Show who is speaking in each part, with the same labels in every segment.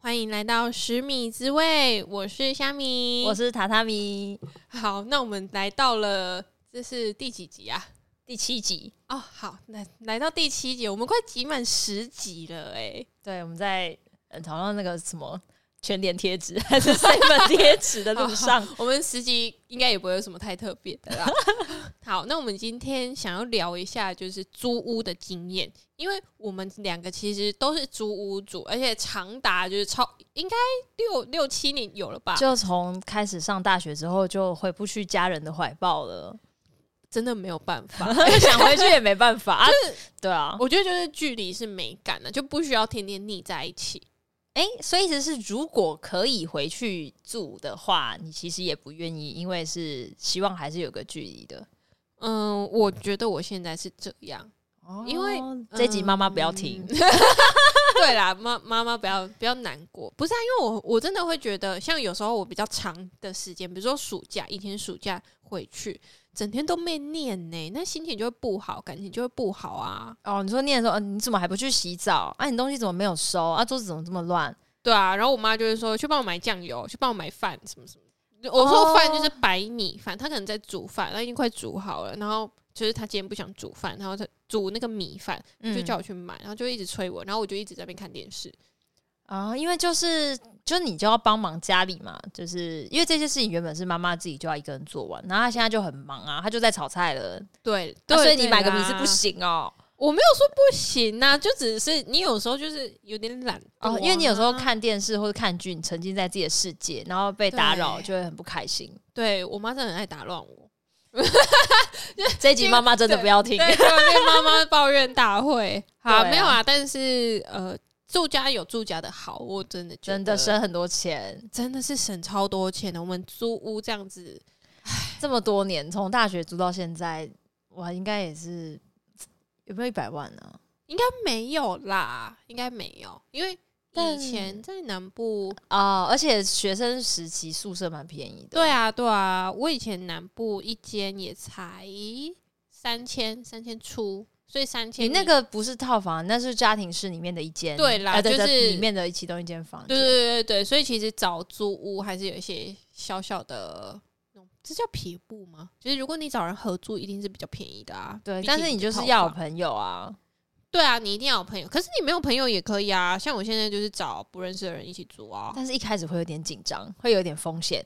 Speaker 1: 欢迎来到十米滋味，我是虾米，
Speaker 2: 我是榻榻米
Speaker 1: 好。那我们来到了，这是第几集啊？
Speaker 2: 第七集。
Speaker 1: 哦，好，来来到第七集，我们快集满十集了哎、
Speaker 2: 对，我们在呃讨论那个什么全脸贴 纸还是 seven 贴纸的路上，
Speaker 1: 我们十集应该也不会有什么太特别的啦。好，那我们今天想要聊一下就是租屋的经验，因为我们两个其实都是租屋主，而且长达就是超应该六六七年有了吧？
Speaker 2: 就从开始上大学之后就回不去家人的怀抱 了，
Speaker 1: 真的没有办 法，
Speaker 2: 想回去也没办 法。啊对啊，
Speaker 1: 我觉得就是距离是美感的，就不需要天天腻在一起。
Speaker 2: 哎、所以意思是，如果可以回去住的话，你其实也不愿意，因为是希望还是有个距离的。
Speaker 1: 嗯，我觉得我现在是这样。因为
Speaker 2: 这集妈妈不要听，
Speaker 1: 对啦， 妈妈妈不要不要难过，不是啊，因为我我真的会觉得，像有时候我比较长的时间，比如说暑假，以前暑假回去，整天都没念呢、那心情就会不好，感情就会不好啊。
Speaker 2: 哦，你说念的时候，嗯你怎么还不去洗澡？啊，你东西怎么没有收？啊，桌子怎么这么乱？
Speaker 1: 对啊，然后我妈就会说去帮我买酱油，去帮我买饭，什么什么。我说饭就是白米饭，她可能在煮饭，她已经快煮好了，然后就是她今天不想煮饭，然后她煮那个米饭，就
Speaker 2: 嗯
Speaker 1: 叫我去买，然后就一直催我，然后我就一直在那边看电视。
Speaker 2: 啊、因为就是就你就要帮忙家里嘛，就是因为这些事情原本是妈妈自己就要一个人做完，然后她现在就很忙啊，她就在炒菜了，
Speaker 1: 对，
Speaker 2: 啊
Speaker 1: 对
Speaker 2: 所以你买个
Speaker 1: 米
Speaker 2: 米是不，行哦，
Speaker 1: 我没有说不行呐、就只是你有时候就是有点懒惰啊、
Speaker 2: 哦，因为你有时候看电视或者看剧，你沉浸在自己的世界，然后被打扰
Speaker 1: 对
Speaker 2: 就会很不开心。
Speaker 1: 对我妈真的很爱打乱我，
Speaker 2: 这一集妈妈真的不要听
Speaker 1: 对，就会变妈妈抱怨大 会。好、
Speaker 2: 对啊
Speaker 1: 没有啊，但是呃，住家有住家的好，我真的觉得
Speaker 2: 真的省很多钱，
Speaker 1: 真的是省超多钱的。我们租屋这样子，
Speaker 2: 这么多年从大学租到现在，我应该也是有没有一百万啊呢、
Speaker 1: 应该没有啦，应该没有，因为以
Speaker 2: 但
Speaker 1: 前在南部，
Speaker 2: 啊、而且学生时期宿舍蛮便宜的，
Speaker 1: 对啊，对啊，我以前南部一间也才三千，三千出，所以三千
Speaker 2: 你那。个不是套房，那是家庭式里面的一间，
Speaker 1: 嗯对啦
Speaker 2: 呃对
Speaker 1: 就是
Speaker 2: 对里面的其中一间房间。
Speaker 1: 对对对对对，所以其实找租屋还是有一些小小的那种，这叫撇步吗？就是如果你找人合租，一定是比较便宜的啊。
Speaker 2: 对
Speaker 1: 比
Speaker 2: 但
Speaker 1: 起
Speaker 2: 是你就
Speaker 1: 套
Speaker 2: 是要有
Speaker 1: 房
Speaker 2: 朋友啊，
Speaker 1: 对啊，你一定要有朋友。可是你没有朋友也可以啊，像我现在就是找不认识的人一起租啊。
Speaker 2: 但是一开始会有点紧张，会有点风险。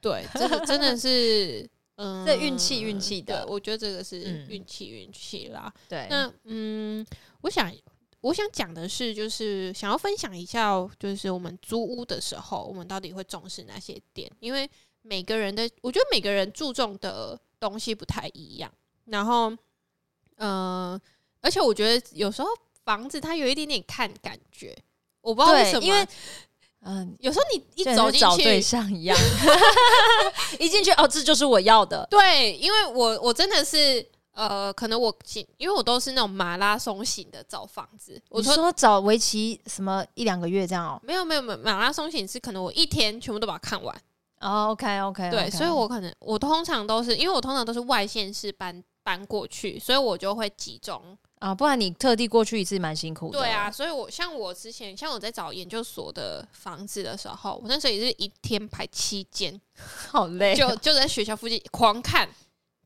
Speaker 1: 对，这个真的是， 嗯，
Speaker 2: 这运气运气的
Speaker 1: 对我觉得这个是
Speaker 2: 嗯
Speaker 1: 运气运气啦。
Speaker 2: 对，
Speaker 1: 那嗯，我想我想讲的是，就是想要分享一下哦，就是我们租屋的时候，我们到底会重视哪些点？因为每个人的，我觉得每个人注重的东西不太一样。然后，嗯，而且我觉得有时候房子它有一点点看感觉，我不知道为
Speaker 2: 对
Speaker 1: 什，么，
Speaker 2: 因为嗯，
Speaker 1: 有时候你一
Speaker 2: 就
Speaker 1: 走
Speaker 2: 像是
Speaker 1: 进
Speaker 2: 找
Speaker 1: 去，
Speaker 2: 对象一样， 一进去哦，这就是我要的。
Speaker 1: 对，因为我我真的是呃，可能我因为我都是那种马拉松型的找房子，我
Speaker 2: 我
Speaker 1: 说
Speaker 2: 说找为期什么一两个月这样哦。
Speaker 1: 没有没有没有马拉松型是可能我一天全部都把它看完，
Speaker 2: 哦，OK OK，
Speaker 1: 对，所以我可能我通常都是因为我通常都是外县市搬搬过去，所以我就会集中。
Speaker 2: 啊，不然你特地过去一次蛮辛苦的。
Speaker 1: 对啊，，所以我像我之前像我在找研究所的房子的时候，我那时候也是一天排七间，
Speaker 2: 好累哦。
Speaker 1: 就就在学校附近狂看。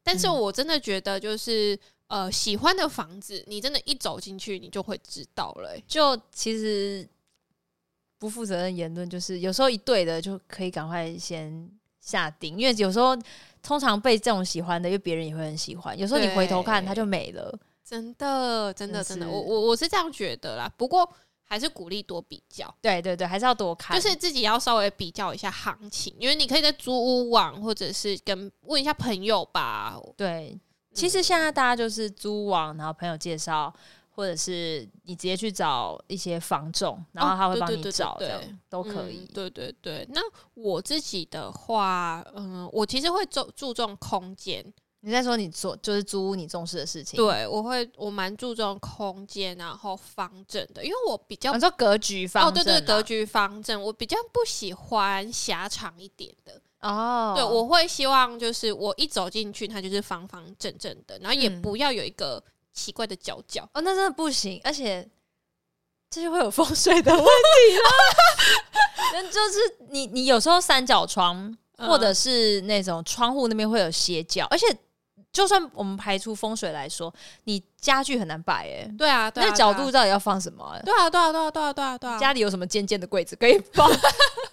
Speaker 1: 但是
Speaker 2: 嗯
Speaker 1: 我真的觉得，就是、呃，喜欢的房子，你真的一走进去，你就会知道了、欸
Speaker 2: 就其实不负责任言论，就是有时候一对的就可以赶快先下定，因为有时候通常被这种喜欢的，因为别人也会很喜欢。有时候你回头看，
Speaker 1: 对
Speaker 2: 它就没了。
Speaker 1: 真的，真的，真
Speaker 2: 真
Speaker 1: 的，
Speaker 2: 是
Speaker 1: 我我我是这样觉得啦。不过还是鼓励多比较，
Speaker 2: 对对对，还是要多看。
Speaker 1: 就是自己要稍微比较一下行情，因为你可以在租屋网或者是跟问一下朋友吧。
Speaker 2: 对，其实现在大家就是租网，然后朋友介绍。或者是你直接去找一些房仲，然后他会帮
Speaker 1: 对
Speaker 2: 你
Speaker 1: 对对
Speaker 2: 找，
Speaker 1: 哦对
Speaker 2: 这样
Speaker 1: 对
Speaker 2: 都可以
Speaker 1: 嗯。对对对，那我自己的话，嗯，我其实会注注重空间，
Speaker 2: 你在说你做就是租屋你重视的事情，
Speaker 1: 对，我会我蛮注重空间，然后方正的，因为我比较、
Speaker 2: 啊，你说格局方
Speaker 1: 哦，对对，
Speaker 2: 正啊
Speaker 1: 格局方正，我比较不喜欢狭长一点的。
Speaker 2: 哦，
Speaker 1: 对，我会希望就是我一走进去，它就是方方正正的，然后也
Speaker 2: 嗯
Speaker 1: 不要有一个奇怪的角角。
Speaker 2: 哦，那真的不行，而且这就会有风水的问题了。 那就是你你有时候三角窗
Speaker 1: 嗯
Speaker 2: 或者是那种窗户那边会有斜角，而且就算我们排除风水来说，你家具很难摆哎、
Speaker 1: 对啊，对啊
Speaker 2: 那角度，到底要放什么啊、
Speaker 1: 对啊，对啊，对啊，对啊，对啊，对啊，对啊，
Speaker 2: 家里有什么尖尖的柜子可以放？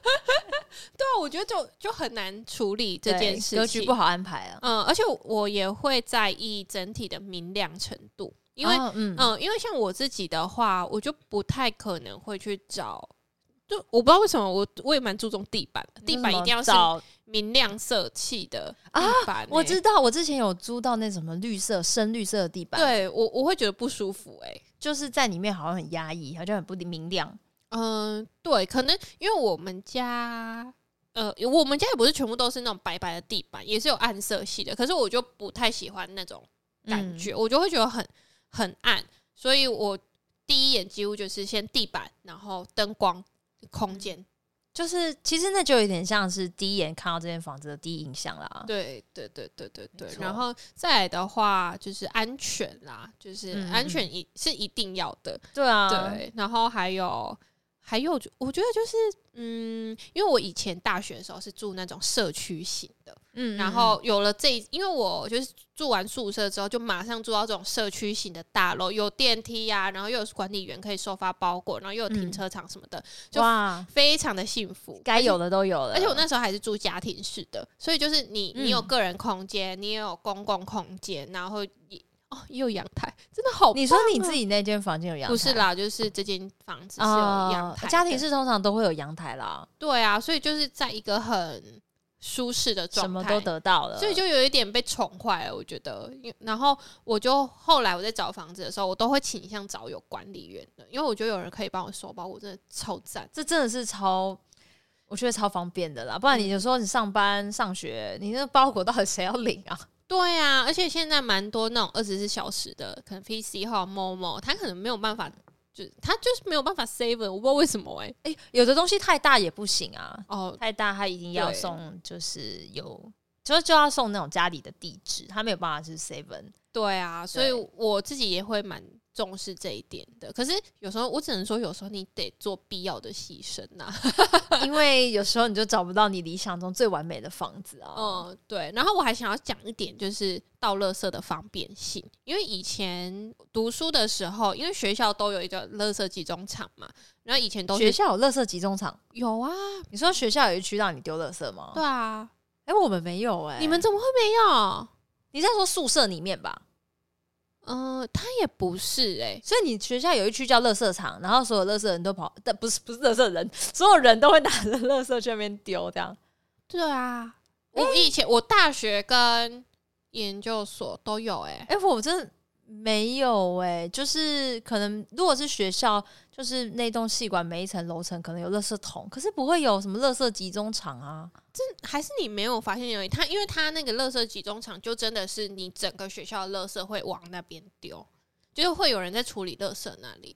Speaker 1: 对啊，我觉得就就很难处理这件事情，
Speaker 2: 对格局不好安排啊，
Speaker 1: 嗯，而且我也会在意整体的明亮程度，因为、
Speaker 2: 哦嗯
Speaker 1: 嗯，因为像我自己的话，我就不太可能会去找，就我不知道为什么我我也蛮注重地板的，地板一定要是嗯
Speaker 2: 找。
Speaker 1: 明亮色系的
Speaker 2: 啊
Speaker 1: 地板欸、
Speaker 2: 我知道，我之前有租到那什么绿色、深绿色的地板，，
Speaker 1: 对我我会觉得不舒服哎、
Speaker 2: 就是在里面好像很压抑，好像很不明亮。
Speaker 1: 嗯，对，可能因为我们家。呃，我们家也不是全部都是那种白白的地板，也是有暗色系的。可是我就不太喜欢那种感
Speaker 2: 嗯
Speaker 1: 觉，我就会觉得很很暗，所以我第一眼几乎就是先地板，然后灯光、
Speaker 2: 嗯
Speaker 1: 空间，
Speaker 2: 就是其实那就有点像是第一眼看到这间房子的第一印象啦。
Speaker 1: 对对对对对对
Speaker 2: 没。错
Speaker 1: 然后再来的话就是安全啦，就是
Speaker 2: 嗯
Speaker 1: 安全一、是一定要的，
Speaker 2: 对啊，
Speaker 1: 对。然后还有还有，我觉得就是嗯，因为我以前大学的时候是住那种社区型的，
Speaker 2: 嗯
Speaker 1: 然后有了这一，因为我就是住完宿舍之后，就马上住到这种社区型的大楼，有电梯呀、然后又有管理员可以收发包裹，然后又有停车场什么的，就
Speaker 2: 哇，
Speaker 1: 非常的幸福。
Speaker 2: 嗯该有的都有了。
Speaker 1: 而且我那时候还是住家庭式的，所以就是你，你有
Speaker 2: 嗯
Speaker 1: 个人空间，你也有公共空间，然后也哦也有阳台，真的好棒哦。
Speaker 2: 你说你自己那间房间有阳台，
Speaker 1: 不是啦，就是这间房子是有
Speaker 2: 哦，
Speaker 1: 阳台的、
Speaker 2: 家庭式通常都会有阳台啦，
Speaker 1: 对啊，所以就是在一个很舒适的状态，
Speaker 2: 什么都得到了，
Speaker 1: 所以就有一点被宠坏了，我觉得。因然后我就后来我在找房子的时候，我都会倾向找有管理员的，因为我觉得有人可以帮我收包，我真的超赞。
Speaker 2: 这真的是超。我觉得超方便的啦，不然
Speaker 1: 嗯
Speaker 2: 你有时候你上班、上学，你那包裹到底谁要领啊？
Speaker 1: 对啊，而且现在蛮多那种二十四小时的，可能 PC 号、Momo，他可能没有办法，就他就是没有办法 save，我不知道为什么哎、
Speaker 2: 哎、有的东西太大也不行啊，
Speaker 1: 哦，
Speaker 2: 太大他一定要
Speaker 1: 对
Speaker 2: 送，就是有，就就要送那种家里的地址，他没有办法是 seven。
Speaker 1: 对啊，所以
Speaker 2: 对
Speaker 1: 我自己也会蛮重视这一点的。可是有时候我只能说，有时候你得做必要的牺牲呐、
Speaker 2: 因为有时候你就找不到你理想中最完美的房子啊。
Speaker 1: 嗯，对。然后我还想要讲一点，就是倒垃圾的方便性，因为以前读书的时候，因为学校都有一个垃圾集中场嘛，然后以前都
Speaker 2: 学
Speaker 1: 是
Speaker 2: 校有垃圾集中场，
Speaker 1: 有啊，
Speaker 2: 你说学校有一区让你丢垃圾吗？
Speaker 1: 对啊，
Speaker 2: 哎、我们没有哎、
Speaker 1: 你们怎么会没有？
Speaker 2: 你在说宿舍里面吧？
Speaker 1: 嗯、他也不是哎、
Speaker 2: 所以你学校有一区叫垃圾场，然后所有垃圾人都跑，但不是不是垃圾人，所有人都会拿着垃圾去那边丢，这样
Speaker 1: 对啊，我以前我大学跟研究所都有哎、
Speaker 2: 哎、我真的没有哎、就是可能如果是学校，就是那栋系馆每一层楼层可能有垃圾桶，可是不会有什么垃圾集中场啊。
Speaker 1: 还是你没有发现而已。他因为他那个垃圾集中场就真的是你整个学校的垃圾会往那边丢，就是会有人在处理垃圾那里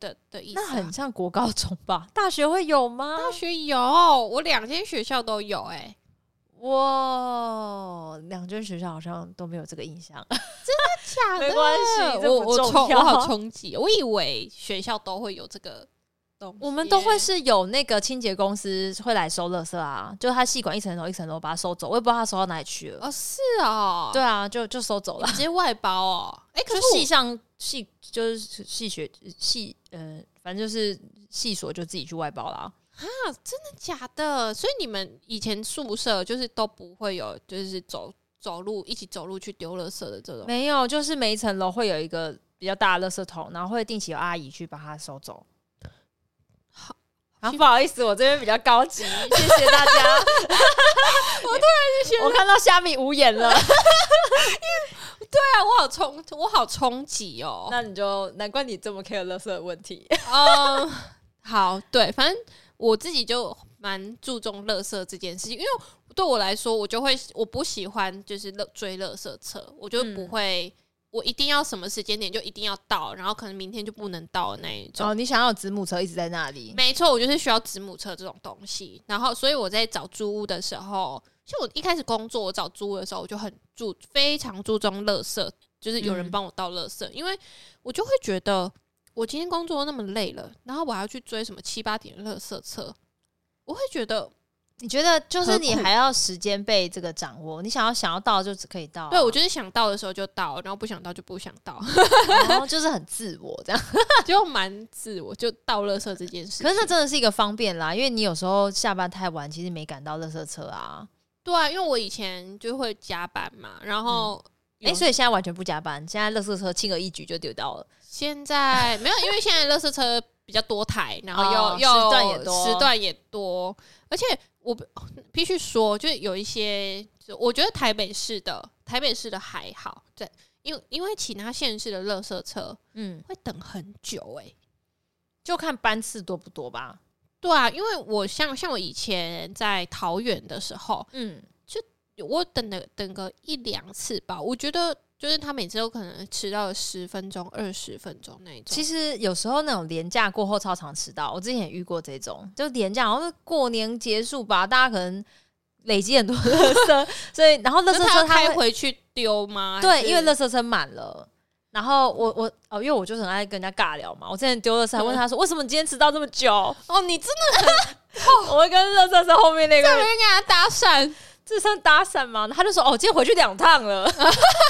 Speaker 1: 的的意思
Speaker 2: 那
Speaker 1: 啊、
Speaker 2: 很像国高中吧？大学会有吗？
Speaker 1: 大学有，我两间学校都有、哎，
Speaker 2: 哇，两间学校好像都没有这个印象，
Speaker 1: 假
Speaker 2: 没关系这
Speaker 1: 我
Speaker 2: 不
Speaker 1: 我
Speaker 2: 重
Speaker 1: 冲我好
Speaker 2: 要
Speaker 1: 冲击， 我以为学校都会有这个东西耶，
Speaker 2: 我们都会是有那个清洁公司会来收垃圾啊，就他细管一层楼一层楼把它收走，我也不知道他收到哪里去了。
Speaker 1: 哦，是哦，
Speaker 2: 对，啊，就就收走了，
Speaker 1: 直接外包哦，哎、可
Speaker 2: 就是系
Speaker 1: 我
Speaker 2: 上系就是系学系呃，反正就是系所就自己去外包啦。
Speaker 1: 啊，真的假的？所以你们以前宿舍就是都不会有，就是走走路一起走路去丢垃圾的这种。
Speaker 2: 没有，就是每一层楼会有一个比较大的垃圾桶，然后会定期有阿姨去把它收走。
Speaker 1: 好
Speaker 2: 啊，不好意思，我这边比较高级，谢谢大 家。我突然就
Speaker 1: 觉得
Speaker 2: 我看到虾米无言了，
Speaker 1: 对啊，我好冲，我好冲击 哦。
Speaker 2: 那你就难怪你这么 care 垃圾的问题。
Speaker 1: 嗯，好，对，反正我自己就蛮注重垃圾这件事情，因为对我来说，我就会我不喜欢就是垃追垃圾车，我就不
Speaker 2: 嗯
Speaker 1: 会。我一定要什么时间点就一定要到，然后可能明天就不能到的那一种。
Speaker 2: 哦，你想要有子母车一直在那里，
Speaker 1: 没错，我就是需要子母车这种东西。然后，所以我在找租屋的时候，像我一开始工作，我找租屋的时候，我就很注非常注重垃圾，就是有人
Speaker 2: 嗯
Speaker 1: 帮我倒垃圾，因为我就会觉得我今天工作那么累了，然后我还要去追什么七八点垃圾车，我会觉得，
Speaker 2: 你觉得就是你
Speaker 1: 何苦
Speaker 2: 还要时间被这个掌握，你想要想要到就只可以到啊、
Speaker 1: 对我就是想到的时候就到，然后不想到就不想 到，
Speaker 2: 然后哦就是很自我 这样。
Speaker 1: 就蛮自我，就到垃圾这件事情。
Speaker 2: 可是这真的是一个方便啦，因为你有时候下班太晚，其实没赶到垃圾车啊。
Speaker 1: 对啊，因为我以前就会加班嘛，然后
Speaker 2: 哎、
Speaker 1: 有
Speaker 2: 所以现在完全不加班，现在垃圾车轻而易举就丢到了。
Speaker 1: 现在没有，因为现在垃圾车比较多台，然后又、
Speaker 2: 哦
Speaker 1: 又
Speaker 2: 时段也多
Speaker 1: 时段也多，而且我不必须说，就是有一些，就我觉得台北市的台北市的还好，对，因为因为其他县市的垃圾车
Speaker 2: 嗯，
Speaker 1: 会等很久、欸，
Speaker 2: 就看班次多不多吧。
Speaker 1: 对啊，因为我像像我以前在桃园的时候，
Speaker 2: 嗯，
Speaker 1: 我等了等个一两次吧，我觉得就是他每次都可能迟到十分钟、二十分钟那一种。
Speaker 2: 其实有时候那种廉价过后超常迟到，我之前也遇过这种，就廉价，然后是过年结束吧，大家可能累积很多 垃圾，所以然后垃
Speaker 1: 那
Speaker 2: 圾
Speaker 1: 他
Speaker 2: 车
Speaker 1: 要
Speaker 2: 它
Speaker 1: 开
Speaker 2: 会
Speaker 1: 回去丢吗？还
Speaker 2: 对，
Speaker 1: 是
Speaker 2: 因为垃圾车满了。然后我我哦，因为我就是很爱跟人家尬聊嘛。我之前丢垃圾还问他说：“为什么你今天迟到这么久
Speaker 1: 哦，你真的？”
Speaker 2: 我会跟垃圾车后面那个
Speaker 1: 跟
Speaker 2: 人
Speaker 1: 人家搭讪，
Speaker 2: 这算搭讪吗？他就说：“哦，今天回去两趟了，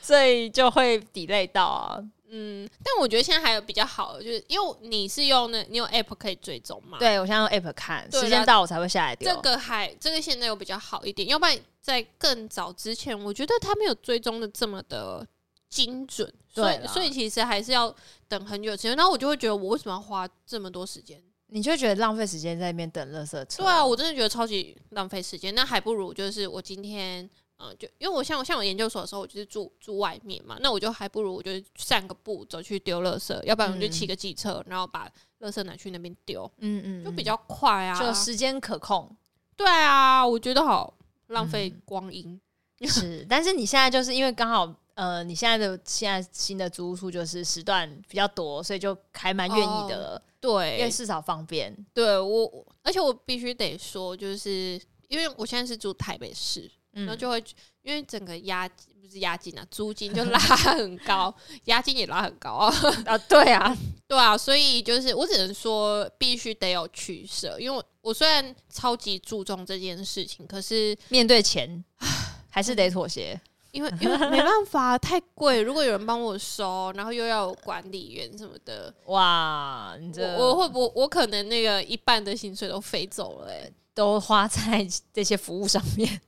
Speaker 2: 所以就会 delay 到啊。
Speaker 1: 嗯，但我觉得现在还有比较好的，就是因为你是用那，你有 app 可以追踪嘛？”，
Speaker 2: 对我现在用 app 看，
Speaker 1: 对
Speaker 2: 时
Speaker 1: 啦
Speaker 2: 间到我才会下来丢。
Speaker 1: 这个还这个现在有比较好一点，要不然在更早之前，我觉得他没有追踪的这么的精准，所
Speaker 2: 对
Speaker 1: 以
Speaker 2: 啦
Speaker 1: 所以其实还是要等很久的时间。那我就会觉得，我为什么要花这么多时间？
Speaker 2: 你就会觉得浪费时间在那边等垃圾车。
Speaker 1: 对啊，我真的觉得超级浪费时间。那还不如就是我今天，嗯、就因为我像我像我研究所的时候，我就是住住外面嘛，那我就还不如我就散个步，走去丢垃圾，要不然我就
Speaker 2: 嗯
Speaker 1: 骑个机车，然后把垃圾拿去那边丢，
Speaker 2: 嗯嗯，
Speaker 1: 就比较快啊。
Speaker 2: 嗯就时间 可控
Speaker 1: 对啊，我觉得好浪费
Speaker 2: 嗯
Speaker 1: 光阴。
Speaker 2: 是，但是你现在就是因为刚好。呃，你现在的现在新的租屋处就是时段比较多，所以就还蛮愿意的了，因为
Speaker 1: 对，
Speaker 2: 至少方便。
Speaker 1: 对我，我而且我必须得说，就是因为我现在是住台北市，
Speaker 2: 嗯
Speaker 1: 然后就会因为整个押金不是押金啊，租金就拉很高， 押金也拉很高啊。
Speaker 2: 啊，对 啊，
Speaker 1: 对啊，所以就是我只能说必须得有取舍，因为我我虽然超级注重这件事情，可是
Speaker 2: 面对钱还是得妥协。
Speaker 1: 因为因为没办法太贵，如果有人帮我收，然后又要有管理员什么的，
Speaker 2: 哇，你这
Speaker 1: 我我会不我可能那个一半的薪水都飞走了、欸，
Speaker 2: 都花在这些服务上 面。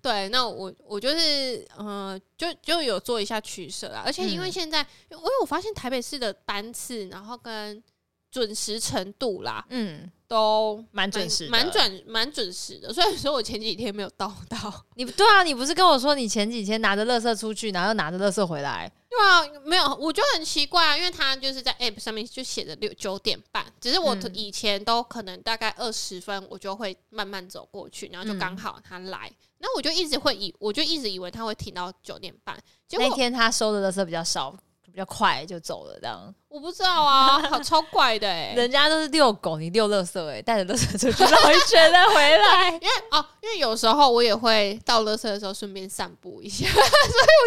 Speaker 1: 对，那我我就是嗯、呃就就有做一下取舍啦。而且因为
Speaker 2: 嗯
Speaker 1: 现在，因为我发现台北市的班次，然后跟准时程度啦，
Speaker 2: 嗯，
Speaker 1: 都
Speaker 2: 蛮
Speaker 1: 蛮
Speaker 2: 准时的，
Speaker 1: 蛮准蛮准时的。虽然说我前几天没有到到，
Speaker 2: 你对啊，你不是跟我说你前几天拿着垃圾出去，然后又拿着垃圾回来？
Speaker 1: 对啊，没有，我就很奇怪啊，因为他就是在 app 上面就写着六九点半，只是我
Speaker 2: 嗯
Speaker 1: 以前都可能大概二十分，我就会慢慢走过去，然后就
Speaker 2: 嗯
Speaker 1: 刚好他来，那我就一直会以我就一直以为他会停到九点半，结
Speaker 2: 那
Speaker 1: 果
Speaker 2: 天他收的垃圾比较少，比较快就走了，这样。
Speaker 1: 我不知道啊，好超怪的 哎、
Speaker 2: 人家都是遛狗，你遛垃圾哎、带着垃圾出去绕一 圈再回来，
Speaker 1: 因为哦，因为有时候我也会到垃圾的时候顺便散步一下。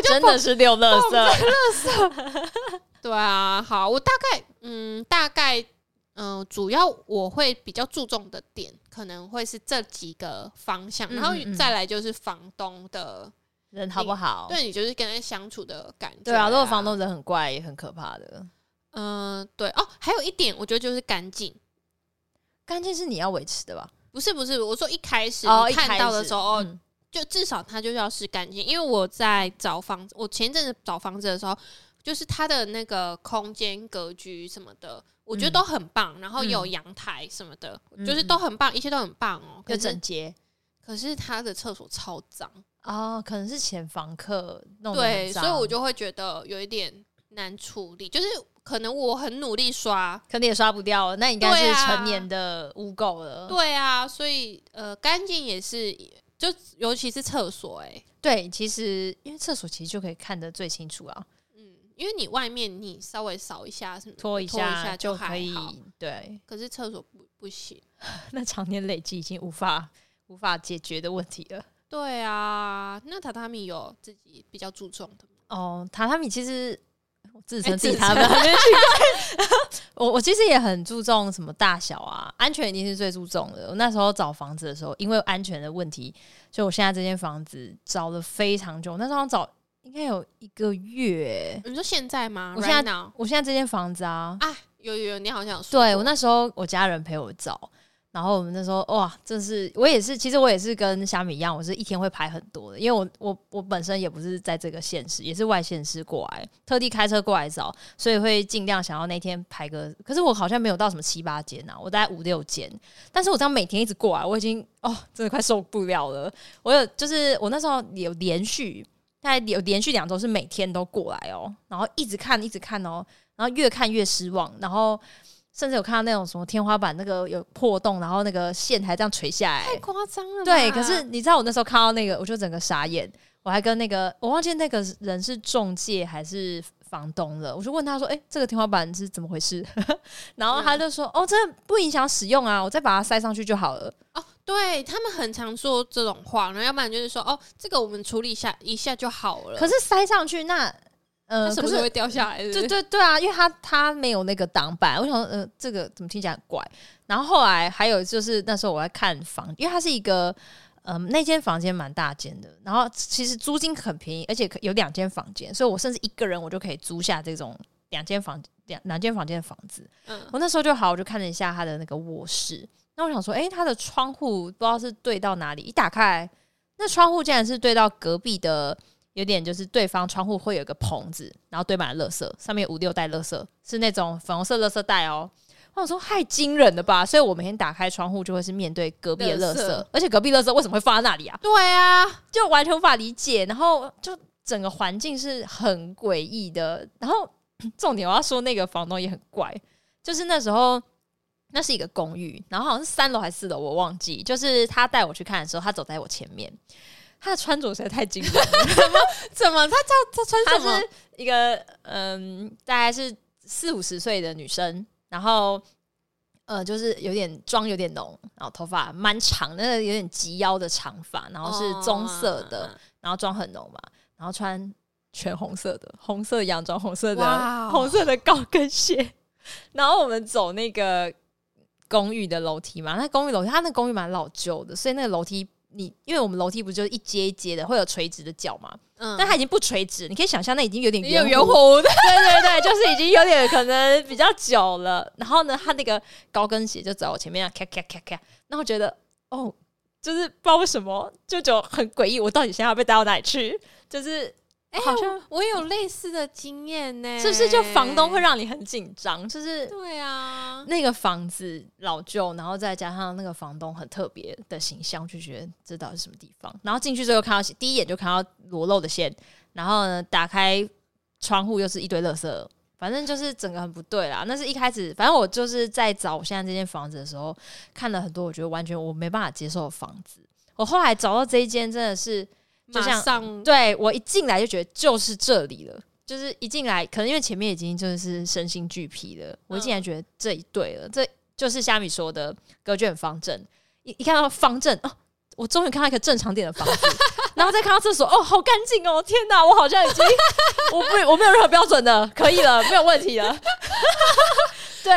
Speaker 2: 真的是遛垃圾。
Speaker 1: 对啊，好，我大概嗯，大概嗯、呃主要我会比较注重的点，可能会是这几个方向，
Speaker 2: 嗯
Speaker 1: 然后
Speaker 2: 嗯嗯
Speaker 1: 再来就是房东的，
Speaker 2: 人好不好？
Speaker 1: 对你就是跟他相处的感觉、
Speaker 2: 对啊，如果房，东人很怪，也很可怕的。
Speaker 1: 嗯、对哦，还有一点，我觉得就是干净。
Speaker 2: 干净是你要维持的吧？
Speaker 1: 不是不是，我说一开始
Speaker 2: 哦
Speaker 1: 你
Speaker 2: 一开
Speaker 1: 看到的时候，哦
Speaker 2: 始嗯
Speaker 1: 就至少它就是要是干净。因为我在找房子，我前一阵子找房子的时候，就是它的那个空间格局什么的，我觉得都很棒。然后有阳台什么的，
Speaker 2: 嗯
Speaker 1: 就是都很棒，一切都很棒哦。
Speaker 2: 要
Speaker 1: 可
Speaker 2: 整
Speaker 1: 是
Speaker 2: 洁
Speaker 1: 可是它的厕所超脏，
Speaker 2: 哦，可能是前房客弄得
Speaker 1: 对，
Speaker 2: 很脏
Speaker 1: 所以我就会觉得有一点难处理。就是可能我很努力刷，
Speaker 2: 可能也刷不掉了，那应该
Speaker 1: 对
Speaker 2: 是
Speaker 1: 啊
Speaker 2: 成年的污垢了。
Speaker 1: 对啊，所以呃，干净也是，就尤其是厕所、欸，
Speaker 2: 对，其实因为厕所其实就可以看得最清楚啊，
Speaker 1: 嗯，因为你外面你稍微扫一下，什么
Speaker 2: 拖
Speaker 1: 一
Speaker 2: 一
Speaker 1: 下
Speaker 2: 就
Speaker 1: 还
Speaker 2: 可以
Speaker 1: 好。
Speaker 2: 对，
Speaker 1: 可是厕所不不行。
Speaker 2: 那常年累积已经无法无法解决的问题了。
Speaker 1: 对啊，那榻榻米有自己比较注重的吗
Speaker 2: 哦，榻榻米其实我自称自己
Speaker 1: 自
Speaker 2: 他们
Speaker 1: 称
Speaker 2: 还没去。 我我其实也很注重什么大小啊，安全一定是最注重的。我那时候找房子的时候，因为安全的问题，所以我现在这间房子找了非常久，那时候找应该有一个月欸。
Speaker 1: 你说现在吗？
Speaker 2: 我现在
Speaker 1: right now
Speaker 2: 我现在这间房子啊，
Speaker 1: 啊，有有有，你好像有说过，
Speaker 2: 对我那时候我家人陪我找，然后我们那时候哇，这是我也是，其实我也是跟虾米一样，我是一天会排很多的，因为我我我本身也不是在这个县市，也是外县市过来，特地开车过来找，所以会尽量想要那天排个，可是我好像没有到什么七八间啊，我大概五六间，但是我这样每天一直过来，我已经哦真的快受不了了，我有就是我那时候有连续。大概有连续两周是每天都过来哦，然后一直看，一直看哦，然后越看越失望，然后甚至有看到那种什么天花板那个有破洞，然后那个线还这样垂下来。
Speaker 1: 太夸张了吧。
Speaker 2: 对，可是你知道我那时候看到那个，我就整个傻眼，我还跟那个我忘记那个人是中介还是房东了，我就问他说：“诶，这个天花板是怎么回事？” 然后他就说：“哦，这不影响使用啊，我再把它塞上去就好了。
Speaker 1: 哦，对他们很常说这种话，然后要不然就是说哦，这个我们处理一下一下就好”了。
Speaker 2: 可是塞上去那
Speaker 1: 它
Speaker 2: 呃，
Speaker 1: 什
Speaker 2: 可
Speaker 1: 么时
Speaker 2: 是
Speaker 1: 候会掉下来？
Speaker 2: 对，对对啊，因为他他没有那个挡板，我想说呃，这个怎么听起来很怪。然后后来还有就是那时候我在看房，因为它是一个嗯、那间房间蛮大间的，然后其实租金很便宜，而且可有两间房间，所以我甚至一个人我就可以租下这种两间房两两间房间的房子。
Speaker 1: 嗯，
Speaker 2: 我那时候就好，我就看了一下他的那个卧室，那我想说，诶，他的窗户不知道是对到哪里，一打开来，那窗户竟然是对到隔壁的，有点就是对方窗户会有一个棚子，然后堆满了垃圾，上面有五六袋垃圾，是那种粉红色垃圾袋哦。我想说太惊人了吧，所以我每天打开窗户就会是面对隔壁的垃圾，
Speaker 1: 垃圾
Speaker 2: 而且隔壁垃圾为什么会放在那里啊？
Speaker 1: 对啊，
Speaker 2: 就完全无法理解，然后就整个环境是很诡异的。然后重点我要说，那个房东也很怪，就是那时候那是一个公寓，然后好像是三楼还是四楼，我忘记。就是他带我去看的时候，他走在我前面，他的穿着实在太惊人了，
Speaker 1: 怎么他他他穿
Speaker 2: 她
Speaker 1: 什么？
Speaker 2: 是一个嗯，大概是四五十岁的女生，然后呃，就是有点妆有点浓，然后头发蛮长，那个有点及腰的长发，然后是棕色的，
Speaker 1: 哦
Speaker 2: 然后妆很浓嘛，然后穿全红色的红色洋装，红
Speaker 1: 哇
Speaker 2: 色的
Speaker 1: 哦
Speaker 2: 红色的高跟鞋，然后我们走那个公寓的楼梯嘛，那公寓楼梯，它那公寓蛮老旧的，所以那个楼梯。你因为我们楼梯不就是一阶一阶的，会有垂直的脚嘛？
Speaker 1: 嗯，嗯
Speaker 2: 但它已经不垂直，你可以想象那已经有点
Speaker 1: 也有圆
Speaker 2: 弧
Speaker 1: 弧 的，
Speaker 2: 对对对，就是已经有点可能比较久了。然后呢，他那个高跟鞋就走在我前面，咔咔咔咔。那我觉得，哦，就是不知道为什么，就就很诡异。我到底现在要被带到哪里去？就是，哎、好像
Speaker 1: 我有类似的经验呢。
Speaker 2: 是不是就房东会让你很紧张？就是
Speaker 1: 对啊，
Speaker 2: 那个房子老旧，然后再加上那个房东很特别的形象，就觉得这到底是什么地方？然后进去之后看到第一眼就看到裸露的线，然后呢打开窗户又是一堆垃圾，反正就是整个很不对啦。那是一开始，反正我就是在找我现在这间房子的时候，看了很多我觉得完全我没办法接受的房子。我后来找到这一间真的是，就
Speaker 1: 马
Speaker 2: 像
Speaker 1: 上
Speaker 2: 对我一进来就觉得就是这里了，就是一进来，可能因为前面已经就是身心俱疲了，我一进来觉得这一对了，这就是虾米说的隔卷方阵。一一看到方阵哦，我终于看到一个正常点的房子， 然后再看到厕所，哦，好干净哦！天哪，我好像已经我不我没有任何标准的，可以了，没有问题了。 对，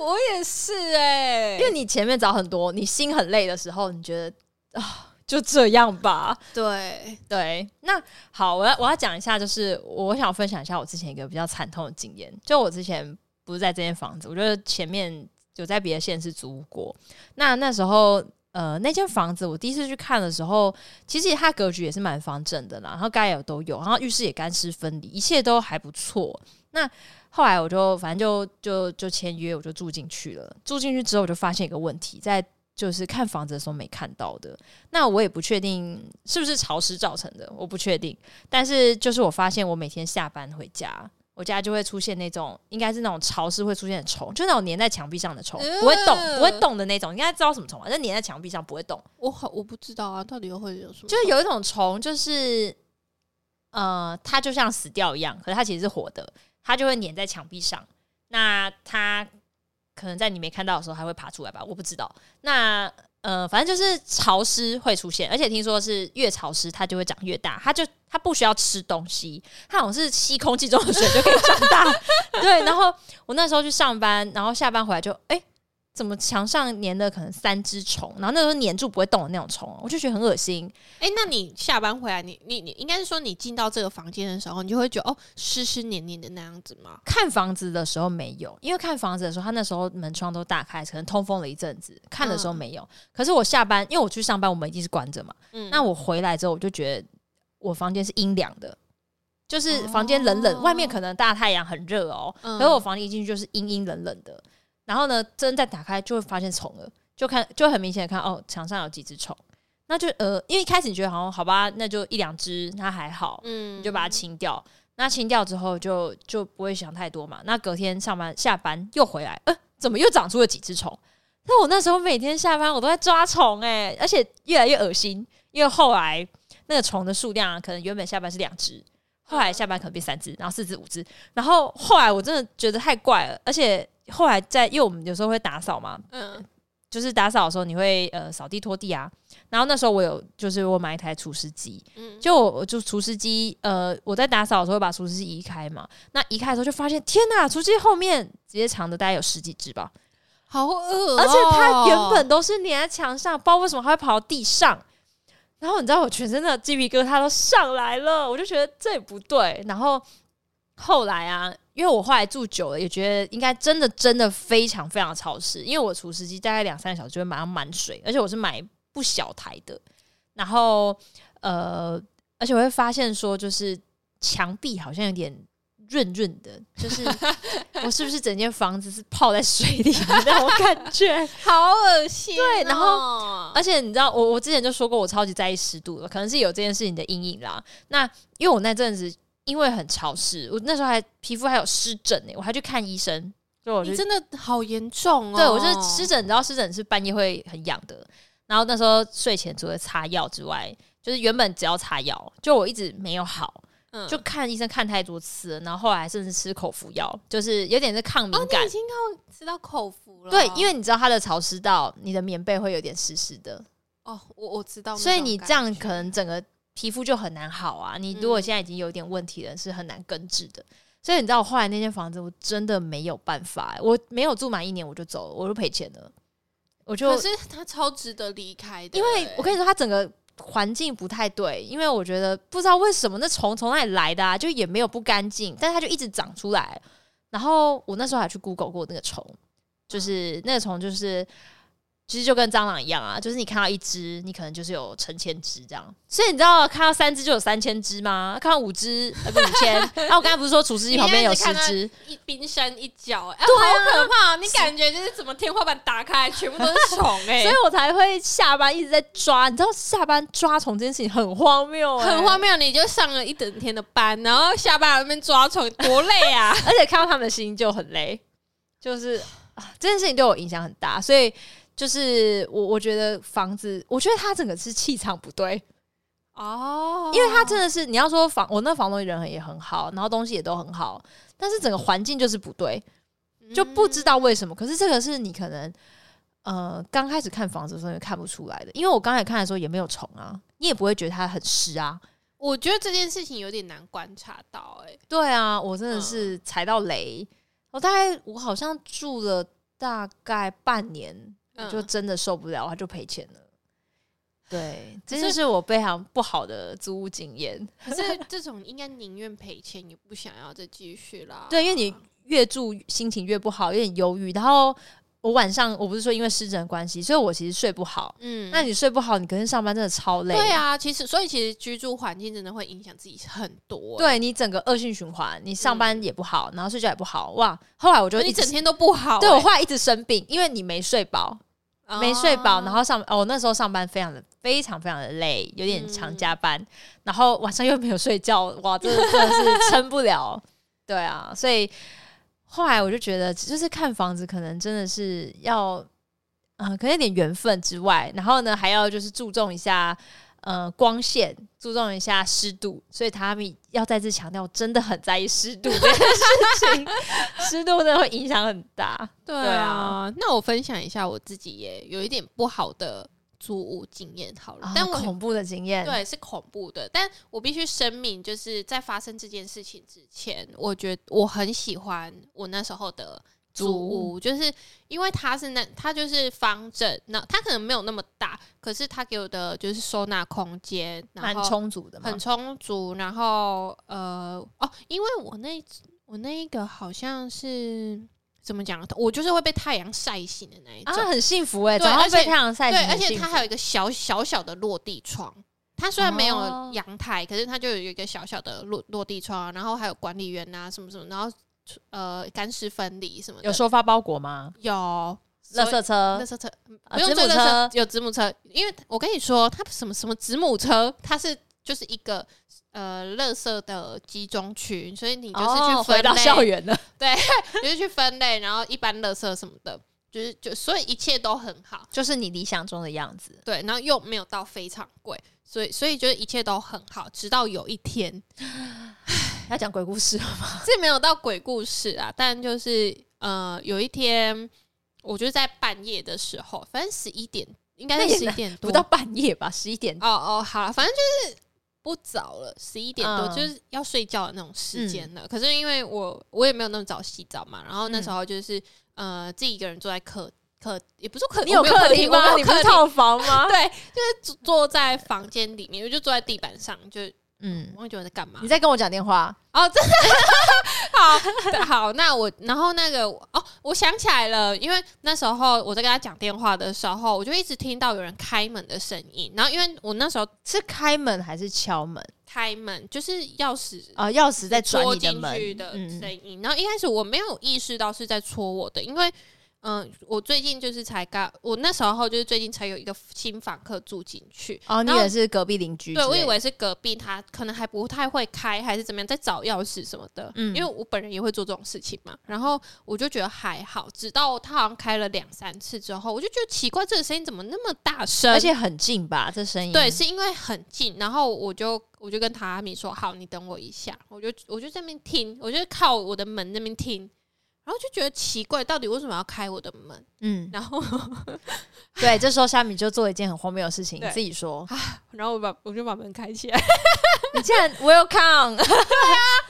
Speaker 1: 我也是哎
Speaker 2: 因为你前面找很多，你心很累的时候，你觉得啊、就这样吧。
Speaker 1: 对，
Speaker 2: 对，那好，我要我要讲一下，就是我想分享一下我之前一个比较惨痛的经验。就我之前不是在这间房子，我觉得前面有在别的县市租过。那那时候，呃，那间房子我第一次去看的时候，其实它格局也是蛮方正的啦，然后该有都有，然后浴室也干湿分离，一切都还不错。那后来我就反正就就就签约，我就住进去了。住进去之后，我就发现一个问题，在就是看房子的时候没看到的。那我也不确定是不是潮湿造成的，我不确定。但是就是我发现，我每天下班回家，我家就会出现那种，应该是那种潮湿会出现的虫，就那种粘在墙壁上的虫，不会动、不会动的那种。你应该知道什么虫啊？那粘在墙壁上不会动。
Speaker 1: 我好我不知道啊，到底又会有什么？
Speaker 2: 就是有一种虫，就是呃，它就像死掉一样，可是它其实是活的，它就会粘在墙壁上。那它可能在你没看到的时候，还会爬出来吧？我不知道。那呃，反正就是潮湿会出现，而且听说是越潮湿它就会长越大，它就它不需要吃东西，它好像是吸空气中的水就可以长大。 对，然后我那时候去上班，然后下班回来就哎、诶怎么墙上粘的可能三只虫，然后那时候粘住不会动的那种虫，哦我就觉得很恶心。
Speaker 1: 哎、那你下班回来，你你你应该是说你进到这个房间的时候，你就会觉得哦，湿湿黏黏的那样子吗？
Speaker 2: 看房子的时候没有，因为看房子的时候，他那时候门窗都大开，可能通风了一阵子。看的时候没有，可是我下班，因为我去上班，我门一定是关着嘛。
Speaker 1: 嗯
Speaker 2: 那我回来之后，我就觉得我房间是阴凉的，就是房间冷冷，
Speaker 1: 哦
Speaker 2: 外面可能大太阳很热哦，
Speaker 1: 嗯
Speaker 2: 可是我房间一进去就是阴阴冷冷的。然后呢，真再打开就会发现虫了，就看就很明显的看哦，墙上有几只虫，那就呃，因为一开始你觉得好像好吧，那就一两只，那还好，
Speaker 1: 嗯
Speaker 2: 你就把它清掉。那清掉之后就就不会想太多嘛。那隔天上班下班又回来，呃，怎么又长出了几只虫？那我那时候每天下班我都在抓虫哎、而且越来越恶心，因为后来那个虫的数量、啊、可能原本下班是两只，后
Speaker 1: 嗯
Speaker 2: 来下班可能变三只，然后四只五只，然后后来我真的觉得太怪了，而且后来在因为我们有时候会打扫嘛，
Speaker 1: 嗯
Speaker 2: 就是打扫的时候你会呃扫地拖地啊，然后那时候我有就是我买一台除湿机，
Speaker 1: 嗯，
Speaker 2: 就我我就除湿机，呃，我在打扫的时候会把除湿机移开嘛，那移开的时候就发现，天呐，除湿机后面直接长的大概有十几只吧，
Speaker 1: 好恶哦、
Speaker 2: 而且它原
Speaker 1: 哦
Speaker 2: 本都是粘在墙上，不知道为什么它会跑到地上。然后你知道我全身的鸡皮疙瘩都上来了，我就觉得这也不对。然后后来啊，因为我后来住久了，也觉得应该真的真的非常非常潮湿，因为我除湿机大概两三个小时就会马上满水，而且我是买不小台的。然后呃，而且我会发现说，就是墙壁好像有点润润的，就是我是不是整间房子是泡在水里的那种感觉？
Speaker 1: 好恶心、哦
Speaker 2: 对然
Speaker 1: 后
Speaker 2: 而且你知道，我我之前就说过，我超级在意湿度的，可能是有这件事情的阴影啦。那因为我那阵子因为很潮湿，我那时候还皮肤还有湿疹欸呢、我还去看医生。就我就
Speaker 1: 你真的好严重哦、
Speaker 2: 对我就是湿疹，你知道湿疹是半夜会很痒的。然后那时候睡前除了擦药之外，就是原本只要擦药，就我一直没有好，
Speaker 1: 嗯，
Speaker 2: 就看医生看太多次了，然后后来甚至吃口服药，就是有点是抗敏
Speaker 1: 哦，
Speaker 2: 感
Speaker 1: 你已。经到吃到口服了，
Speaker 2: 对，因
Speaker 1: 为
Speaker 2: 为你知道它的潮湿到你的棉被会有点湿湿的，
Speaker 1: 哦，我我知道那种
Speaker 2: 所
Speaker 1: 感觉，嗯
Speaker 2: 以你这样可能整个皮肤就很难好啊。你如果现在已经有点问题了，是很难根治的。所以你知道我后来那间房子，我真的没有办法、欸我没有住满一年我就走了，我就赔钱了。我就
Speaker 1: 可是他超值得离开的、
Speaker 2: 因为我跟你说，它整个环境不太对，因为我觉得不知道为什么那虫从哪里来的、啊，就也没有不干净，但是它就一直长出来。然后我那时候还去 Google 过那个虫，
Speaker 1: 嗯
Speaker 2: 就是那个虫就是。其实就跟蟑螂一样啊，就是你看到一只，你可能就是有成千只这样。所以你知道看到三只就有三千只吗？看到五只呃不五千。 然后我刚才不是说厨师机旁边有十只，
Speaker 1: 一冰山一角、哎、好可怕！你感觉就是怎么天花板打开，全部都是虫哎、
Speaker 2: 所以我才会下班一直在抓。你知道下班抓虫这件事情很荒谬、欸，
Speaker 1: 很荒谬，你就上了一整天的班，然后下班还在那边抓虫，多累啊！
Speaker 2: 而且看到他们的心就很累，就是啊，这件事情对我影响很大，所以就是我我觉得房子，我觉得他整个是气场不对，
Speaker 1: 哦
Speaker 2: 因为他真的是你要说房，我那房东人也很好，然后东西也都很好，但是整个环境就是不对，
Speaker 1: 嗯
Speaker 2: 就不知道为什么。可是这个是你可能呃刚开始看房子的时候也看不出来的，因为我刚才看的时候也没有虫啊，你也不会觉得它很湿啊。
Speaker 1: 我觉得这件事情有点难观察到、哎，
Speaker 2: 对啊，我真的
Speaker 1: 嗯
Speaker 2: 是踩到雷。我大概我好像住了大概半年，我就
Speaker 1: 嗯
Speaker 2: 真的受不了，他就赔钱了。对，这
Speaker 1: 是
Speaker 2: 就是我非常不好的租屋经验。
Speaker 1: 可是这种应该宁愿赔钱，也不想要再继续啦。
Speaker 2: 对，因为你越住心情越不好，有点忧郁。然后我晚上我不是说因为湿疹的关系，所以我其实睡不好。
Speaker 1: 嗯
Speaker 2: 那你睡不好，你隔天上班真的超累。
Speaker 1: 对啊，其实所以其实居住环境真的会影响自己很多、哎，
Speaker 2: 对你整个恶性循环，你上班也不好，然后睡觉也不好，哇！后来我就
Speaker 1: 嗯哦你
Speaker 2: 一直
Speaker 1: 整天都不好、欸哎
Speaker 2: 对我后来一直生病，因为你没睡饱，
Speaker 1: 来
Speaker 2: 没睡饱，然后上哦，那时候上班非常的非常非常的累，有点常加
Speaker 1: 嗯
Speaker 2: 班，然后晚上又没有睡觉，哇，这 真的是撑不了。对啊，所以后来我就觉得，就是看房子可能真的是要，呃，可能有点缘分之外，然后呢，还要就是注重一下。呃光线，注重一下湿度，所以他们要再次强调，我真的很在意湿度这件事情，湿度真的会影响很大。
Speaker 1: 对
Speaker 2: 对啊
Speaker 1: 啊，那我分享一下我自己也有一点不好的租屋经验好了，但
Speaker 2: 但
Speaker 1: 我
Speaker 2: 啊恐怖的经验，
Speaker 1: 对是恐怖的，但我必须声明，就是在发生这件事情之前，我觉得我很喜欢我那时候的租
Speaker 2: 租
Speaker 1: 屋，就是因为它是那它就是方正，那它可能没有那么大，可是它给我的就是收纳空间，然
Speaker 2: 蛮
Speaker 1: 后
Speaker 2: 充足的嘛
Speaker 1: 很。充足，然后呃哦，因为我那我那一个好像是怎么讲，我就是会被太阳晒醒的那一种，
Speaker 2: 啊，很幸福哎、
Speaker 1: 对
Speaker 2: 早上
Speaker 1: 而且
Speaker 2: 被太阳晒，
Speaker 1: 对，而且它还有一个小小小的落地窗。它虽然没
Speaker 2: 哦
Speaker 1: 有阳台，可是它就有一个小小的落落地窗，啊然后还有管理员啊什么什么，然后呃干湿分离什么的，
Speaker 2: 有收发包裹吗？
Speaker 1: 有
Speaker 2: 垃
Speaker 1: 呃所以
Speaker 2: 圾车
Speaker 1: 垃、圾车
Speaker 2: 呃
Speaker 1: 不用
Speaker 2: 子
Speaker 1: 追
Speaker 2: 母
Speaker 1: 垃圾
Speaker 2: 车，
Speaker 1: 有子母车，因为我跟你说，它什么什么子母车，它是就是一个呃垃圾的集中区，所以你就是
Speaker 2: 哦
Speaker 1: 去分
Speaker 2: 回
Speaker 1: 类，
Speaker 2: 到校 园了。
Speaker 1: 你就是去分类，然后一般垃圾什么的，就是就所以一切都很好，
Speaker 2: 就是你理想中的样子。
Speaker 1: 对，然后又没有到非常贵，所以所以就是一切都很好，直到有一天，
Speaker 2: 要讲鬼 故事了吗？
Speaker 1: 这没有到鬼故事啊，但就是呃有一天，我就在半夜的时候，反正十一点应该
Speaker 2: 那也
Speaker 1: 是十一点多
Speaker 2: 不到半夜吧，十一点。
Speaker 1: 哦哦，好了，反正就是不早了，十一点多、
Speaker 2: 嗯
Speaker 1: 就是要睡觉的那种时间了。可是因为我我也没有那么早洗澡嘛，然
Speaker 2: 嗯
Speaker 1: 后那时候就是、呃自己一个人坐在客客也不是客，
Speaker 2: 你有
Speaker 1: 我没客
Speaker 2: 厅
Speaker 1: 我没
Speaker 2: 吗？你
Speaker 1: 有
Speaker 2: 不
Speaker 1: 客
Speaker 2: 是
Speaker 1: 厅，
Speaker 2: 套房吗？
Speaker 1: 对，就是坐坐在房间里面，我就坐在地板上，就
Speaker 2: 嗯，
Speaker 1: 忘记我在干嘛
Speaker 2: 你。在跟我讲电话，
Speaker 1: 哦，真的 好对好，那我然后那个哦，我想起来了，因为那时候我在跟他讲电话的时候，我就一直听到有人开门的声音，然后因为我那时候
Speaker 2: 是开门还是敲门？
Speaker 1: 开门，就是钥匙
Speaker 2: 啊，钥匙在转
Speaker 1: 戳
Speaker 2: 你
Speaker 1: 进
Speaker 2: 的
Speaker 1: 去
Speaker 2: 门
Speaker 1: 的
Speaker 2: 嗯，
Speaker 1: 声音。然后一开始我没有意识到是在戳我的，因为嗯、我最近就是才刚，我那时候就是最近才有一个新房客住进去。
Speaker 2: 哦，你
Speaker 1: 然后
Speaker 2: 以为是隔壁邻居之类
Speaker 1: 对，
Speaker 2: 的？
Speaker 1: 我以为是隔壁他可能还不太会开，还是怎么样，在找钥匙什么的。
Speaker 2: 嗯
Speaker 1: 因为我本人也会做这种事情嘛，然后我就觉得还好。直到他好像开了两三次之后，我就觉得奇怪，这个声音怎么那么大声？
Speaker 2: 而且很近吧，这声音
Speaker 1: 呃对，是因为很近，然后我就我就跟塔米说：“好，你等我一下。”我就我就在那边听，我就靠我的门那边听，然后就觉得奇怪，到底为什么要开我的门？
Speaker 2: 嗯，
Speaker 1: 然后
Speaker 2: 对。这时候虾米就做了一件很荒谬的事情，你
Speaker 1: 对
Speaker 2: 自己说，
Speaker 1: 然后我把我就把门开起来，
Speaker 2: 你竟然 welcome，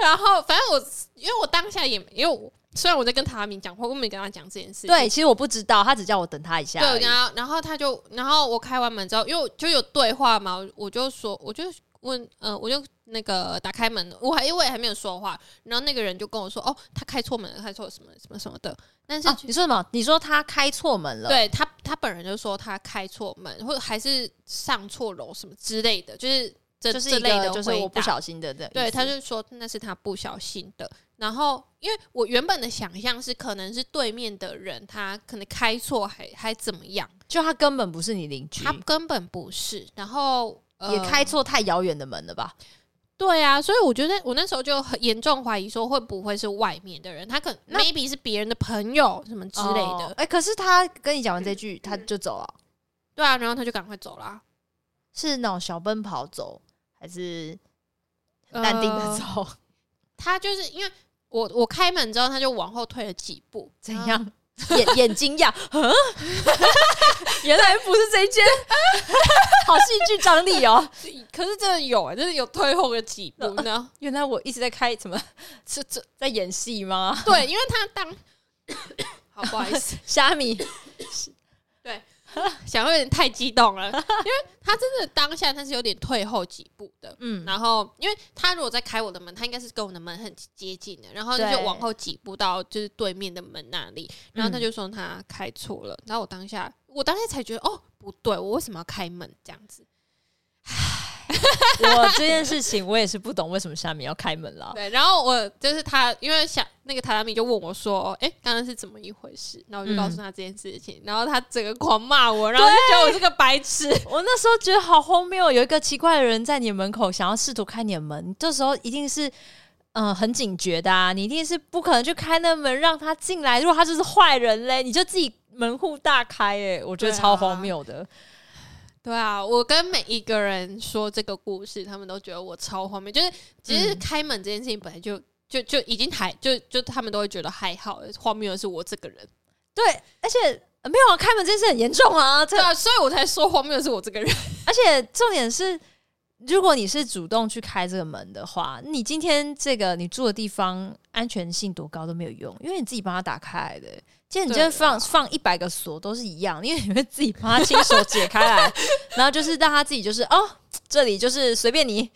Speaker 1: 然后反正我因为我当下也因为我虽然我在跟塔米讲话，我没跟他讲这件事情。
Speaker 2: 对，其实我不知道，他只叫我等他一下而
Speaker 1: 对，
Speaker 2: 已，
Speaker 1: 然后然后他就，然后我开完门之后，因为我就有对话嘛，我就说，我就问，呃，我就那个打开门，我还因为还没有说话，然后那个人就跟我说，哦，他开错门了，开错什么什么什么的，但是、
Speaker 2: 啊你说什么？你说他开错门了？，
Speaker 1: 对他他本人就说他开错门，或者还是上错楼什么之类的，就是这
Speaker 2: 就是
Speaker 1: 这
Speaker 2: 一
Speaker 1: 类
Speaker 2: 个
Speaker 1: 的
Speaker 2: 就是
Speaker 1: 回
Speaker 2: 我不
Speaker 1: 答
Speaker 2: 小心的的意思，
Speaker 1: 对，他就说那是他不小心的。然后，因为我原本的想象是，可能是对面的人他可能开错还还怎么样，
Speaker 2: 就他根本不是你邻居
Speaker 1: 他，根本不是。然后、呃、
Speaker 2: 也开错太遥远的门了吧？
Speaker 1: 对啊，所以我觉得我那时候就很严重怀疑说，会不会是外面的人？他可
Speaker 2: 那
Speaker 1: maybe 是别人的朋友什么之类
Speaker 2: 哦
Speaker 1: 的。
Speaker 2: 哎、可是他跟你讲完这句，他就走了，
Speaker 1: 对啊，然后他就赶快走 啦，
Speaker 2: 是那种小奔跑走，还是很淡定的
Speaker 1: 呃
Speaker 2: 走？
Speaker 1: 他就是因为我我开门之后，他就往后退了几步，
Speaker 2: 怎
Speaker 1: 然后
Speaker 2: 样？眼眼睛呀，嗯 原来不是这一间， 好戏剧张力哦！
Speaker 1: 可是真的有、欸，就是有退后了几 步呢。
Speaker 2: 原来我一直在开什么，这这在演戏吗？
Speaker 1: 对，因为他 当好不好意思，
Speaker 2: 虾米，
Speaker 1: 想有点太激动 了，因为他真的当下他是有点退后几步的。
Speaker 2: 嗯，
Speaker 1: 然后，因为他如果在开我的门，他应该是跟我的门很接近的，然后他
Speaker 2: 对
Speaker 1: 就往后几步到就是对面的门那里，然后他就说他开错了，然后我当下我当下才觉得哦不对，我为什么要开门这样子？
Speaker 2: 我这件事情我也是不懂为什么虾米要开门了。
Speaker 1: 对，然后我就是他，因为想那个塔拉米就问我说：“哎、刚刚是怎么一回事？”然后我就告诉他这件事情，然后他整个狂骂我，然后就觉得我是个白痴。
Speaker 2: 我那时候觉得好荒谬，有一个奇怪的人在你门口想要试图开你的门，这时候一定是。嗯，很警觉的啊，你一定是不可能去开那门让他进来。如果他就是坏人嘞，你就自己门户大开哎、我觉得
Speaker 1: 对啊
Speaker 2: 超荒谬的。
Speaker 1: 对啊，我跟每一个人说这个故事，他们都觉得我超荒谬。就是其实
Speaker 2: 嗯
Speaker 1: 开门这件事情本来就、就就已经还就就他们都会觉得还好，荒谬的是我这个人。
Speaker 2: 对，而且呃没有啊，开门这件事很严重啊，这
Speaker 1: 对啊，所以我才说荒谬的是我这个人。
Speaker 2: 而且重点是，如果你是主动去开这个门的话，你今天这个你住的地方安全性多高都没有用，因为你自己帮他打开来的。今天你今天
Speaker 1: 对啊
Speaker 2: 放放一百个锁都是一样，因为你会自己帮他亲手解开来，然后就是让他自己就是哦，这里就是随便你，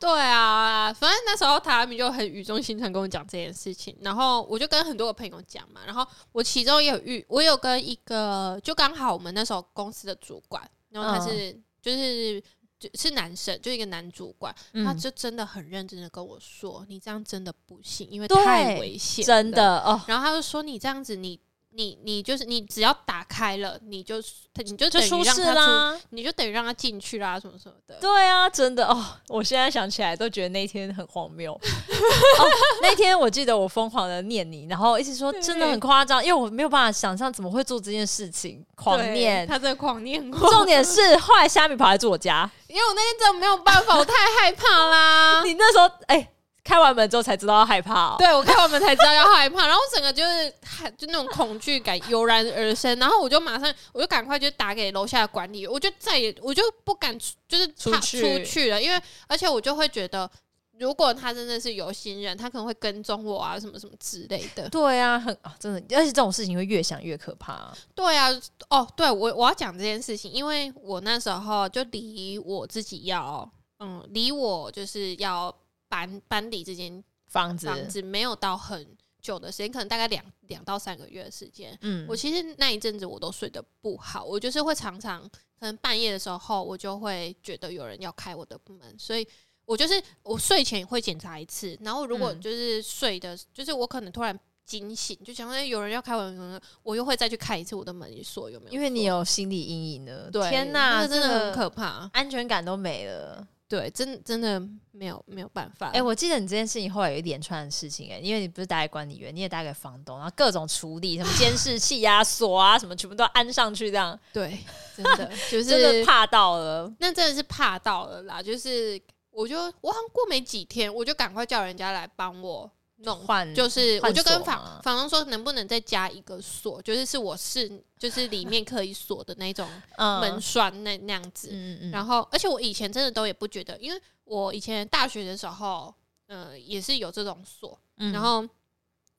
Speaker 1: 对啊，反正那时候塔米就很语重心长跟我讲这件事情，然后我就跟很多个朋友讲嘛，然后我其中也有遇，我有跟一个就刚好我们那时候公司的主管，然后他是、就是就是男生，就一个男主管，他
Speaker 2: 嗯，
Speaker 1: 就真的很认真的跟我说，你这样真的不行，因为
Speaker 2: 对
Speaker 1: 太危险，
Speaker 2: 真。的哦，
Speaker 1: 然后他就说你这样子你。你你就是你，只要打开了，你就你就
Speaker 2: 就
Speaker 1: 等于
Speaker 2: 出
Speaker 1: 让
Speaker 2: 事
Speaker 1: 他出，
Speaker 2: 啦。
Speaker 1: 你就等于让他进去啦，什么什么的。
Speaker 2: 对啊，真的哦！我现在想起来都觉得那天很荒谬。 哦，那天我记得我疯狂的念你，然后一直说
Speaker 1: 对
Speaker 2: 真的很夸张，因为我没有办法想象怎么会做这件事情，狂
Speaker 1: 对
Speaker 2: 念。
Speaker 1: 他真的狂念过。
Speaker 2: 重点是后来虾米跑来住我家，
Speaker 1: 因为我那天真的没有办法，我太害怕啦。
Speaker 2: 你那时候哎、开完门之后才知道要害怕、哦。
Speaker 1: 对，我看完门才知道要害怕，然后我整个就是害就那种恐惧感油然而生，然后我就马上我就赶快就打给楼下的管理员，我就再也我就不敢出就是
Speaker 2: 出
Speaker 1: 踏
Speaker 2: 去
Speaker 1: 出去了，因为而且我就会觉得，如果他真的是有心人，他可能会跟踪我啊，什么什么之类的。
Speaker 2: 对啊，很啊，真的，而且这种事情会越想越可怕、
Speaker 1: 对啊，哦，对我我要讲这件事情，因为我那时候就离我自己要嗯，离我就是要搬搬离这间
Speaker 2: 房子，
Speaker 1: 房子没有到很久的时间，可能大概两两到三个月的时间。
Speaker 2: 嗯，
Speaker 1: 我其实那一阵子我都睡得不好，我就是会常常可能半夜的时候，我就会觉得有人要开我的门，所以我就是我睡前会检查一次，然后如果
Speaker 2: 嗯
Speaker 1: 就是睡的，就是我可能突然惊醒，就想说哎有人要开我的门，我又会再去看一次我的门锁有没有锁，
Speaker 2: 因为你有心理阴影了。
Speaker 1: 对
Speaker 2: 天
Speaker 1: 那
Speaker 2: 哪，
Speaker 1: 个真的很
Speaker 2: 这个
Speaker 1: 可怕，
Speaker 2: 安全感都没了。
Speaker 1: 对，真真的没有没有办法，
Speaker 2: 哎、我记得你这件事情后来有一连串的事情、哎，因为你不是打给管理员，你也打给房东，然后各种处理，什么监视器啊、 锁啊，什么全部都安上去，这样
Speaker 1: 对，真 的就是
Speaker 2: 真的怕到了。
Speaker 1: 那真的是怕到了啦，就是我就我好像过没几天，我就赶快叫人家来帮我弄，
Speaker 2: 换
Speaker 1: 就是
Speaker 2: 换
Speaker 1: 我就跟
Speaker 2: 锁啊
Speaker 1: 房
Speaker 2: 嘛
Speaker 1: 房东说能不能再加一个锁，就是是我是就是里面可以锁的那种
Speaker 2: 嗯
Speaker 1: 门栓那那样子。
Speaker 2: 嗯嗯
Speaker 1: 然后，而且我以前真的都也不觉得，因为我以前大学的时候，呃，也是有这种锁，
Speaker 2: 嗯
Speaker 1: 然后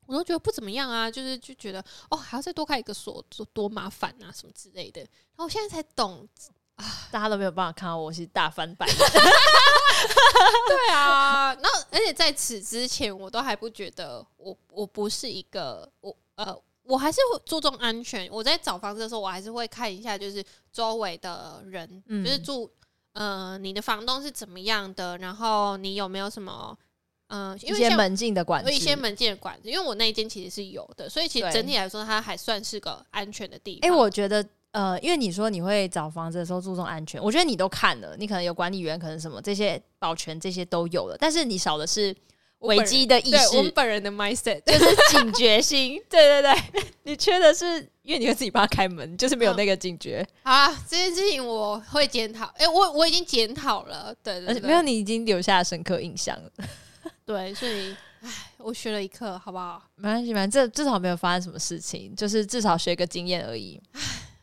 Speaker 1: 我都觉得不怎么样啊，就是就觉得哦还要再多开一个锁，多多麻烦啊什么之类的。然后我现在才懂，
Speaker 2: 大家都没有办法看到我是大翻版，
Speaker 1: 对啊，然后而且在此之前，我都还不觉得我呃我不是一个我呃，我还是会注重安全。我在找房子的时候，我还是会看一下，就是周围的人，
Speaker 2: 嗯
Speaker 1: 就是住呃，你的房东是怎么样的，然后你有没有什么嗯、呃，因
Speaker 2: 一
Speaker 1: 为
Speaker 2: 些
Speaker 1: 像
Speaker 2: 门禁的管
Speaker 1: 有
Speaker 2: 制，
Speaker 1: 一些门禁的管制，因为我那一间其实是有的，所以其实
Speaker 2: 对
Speaker 1: 整体来说，它还算是个安全的地
Speaker 2: 哎、
Speaker 1: 方。
Speaker 2: 我觉得。呃，因为你说你会找房子的时候注重安全，我觉得你都看了，你可能有管理员，可能什么这些保全这些都有了，但是你少的是
Speaker 1: 本
Speaker 2: 危
Speaker 1: 人
Speaker 2: 机的意
Speaker 1: 对
Speaker 2: 识。
Speaker 1: 我们本人的 mindset，
Speaker 2: 就是 警觉心。对对对， 你缺的是，因为你会自己帮他开门，就是没有那个警觉，
Speaker 1: 好啊，这件事情我会检讨。哎、我我已经检讨了，对
Speaker 2: 而
Speaker 1: 对
Speaker 2: 且
Speaker 1: 对，
Speaker 2: 没有你已经留下深刻印象了。
Speaker 1: 对，所以，唉，我学了一课，好不好？
Speaker 2: 没关系，反正这至少没有发生什么事情，就是至少学个经验而已。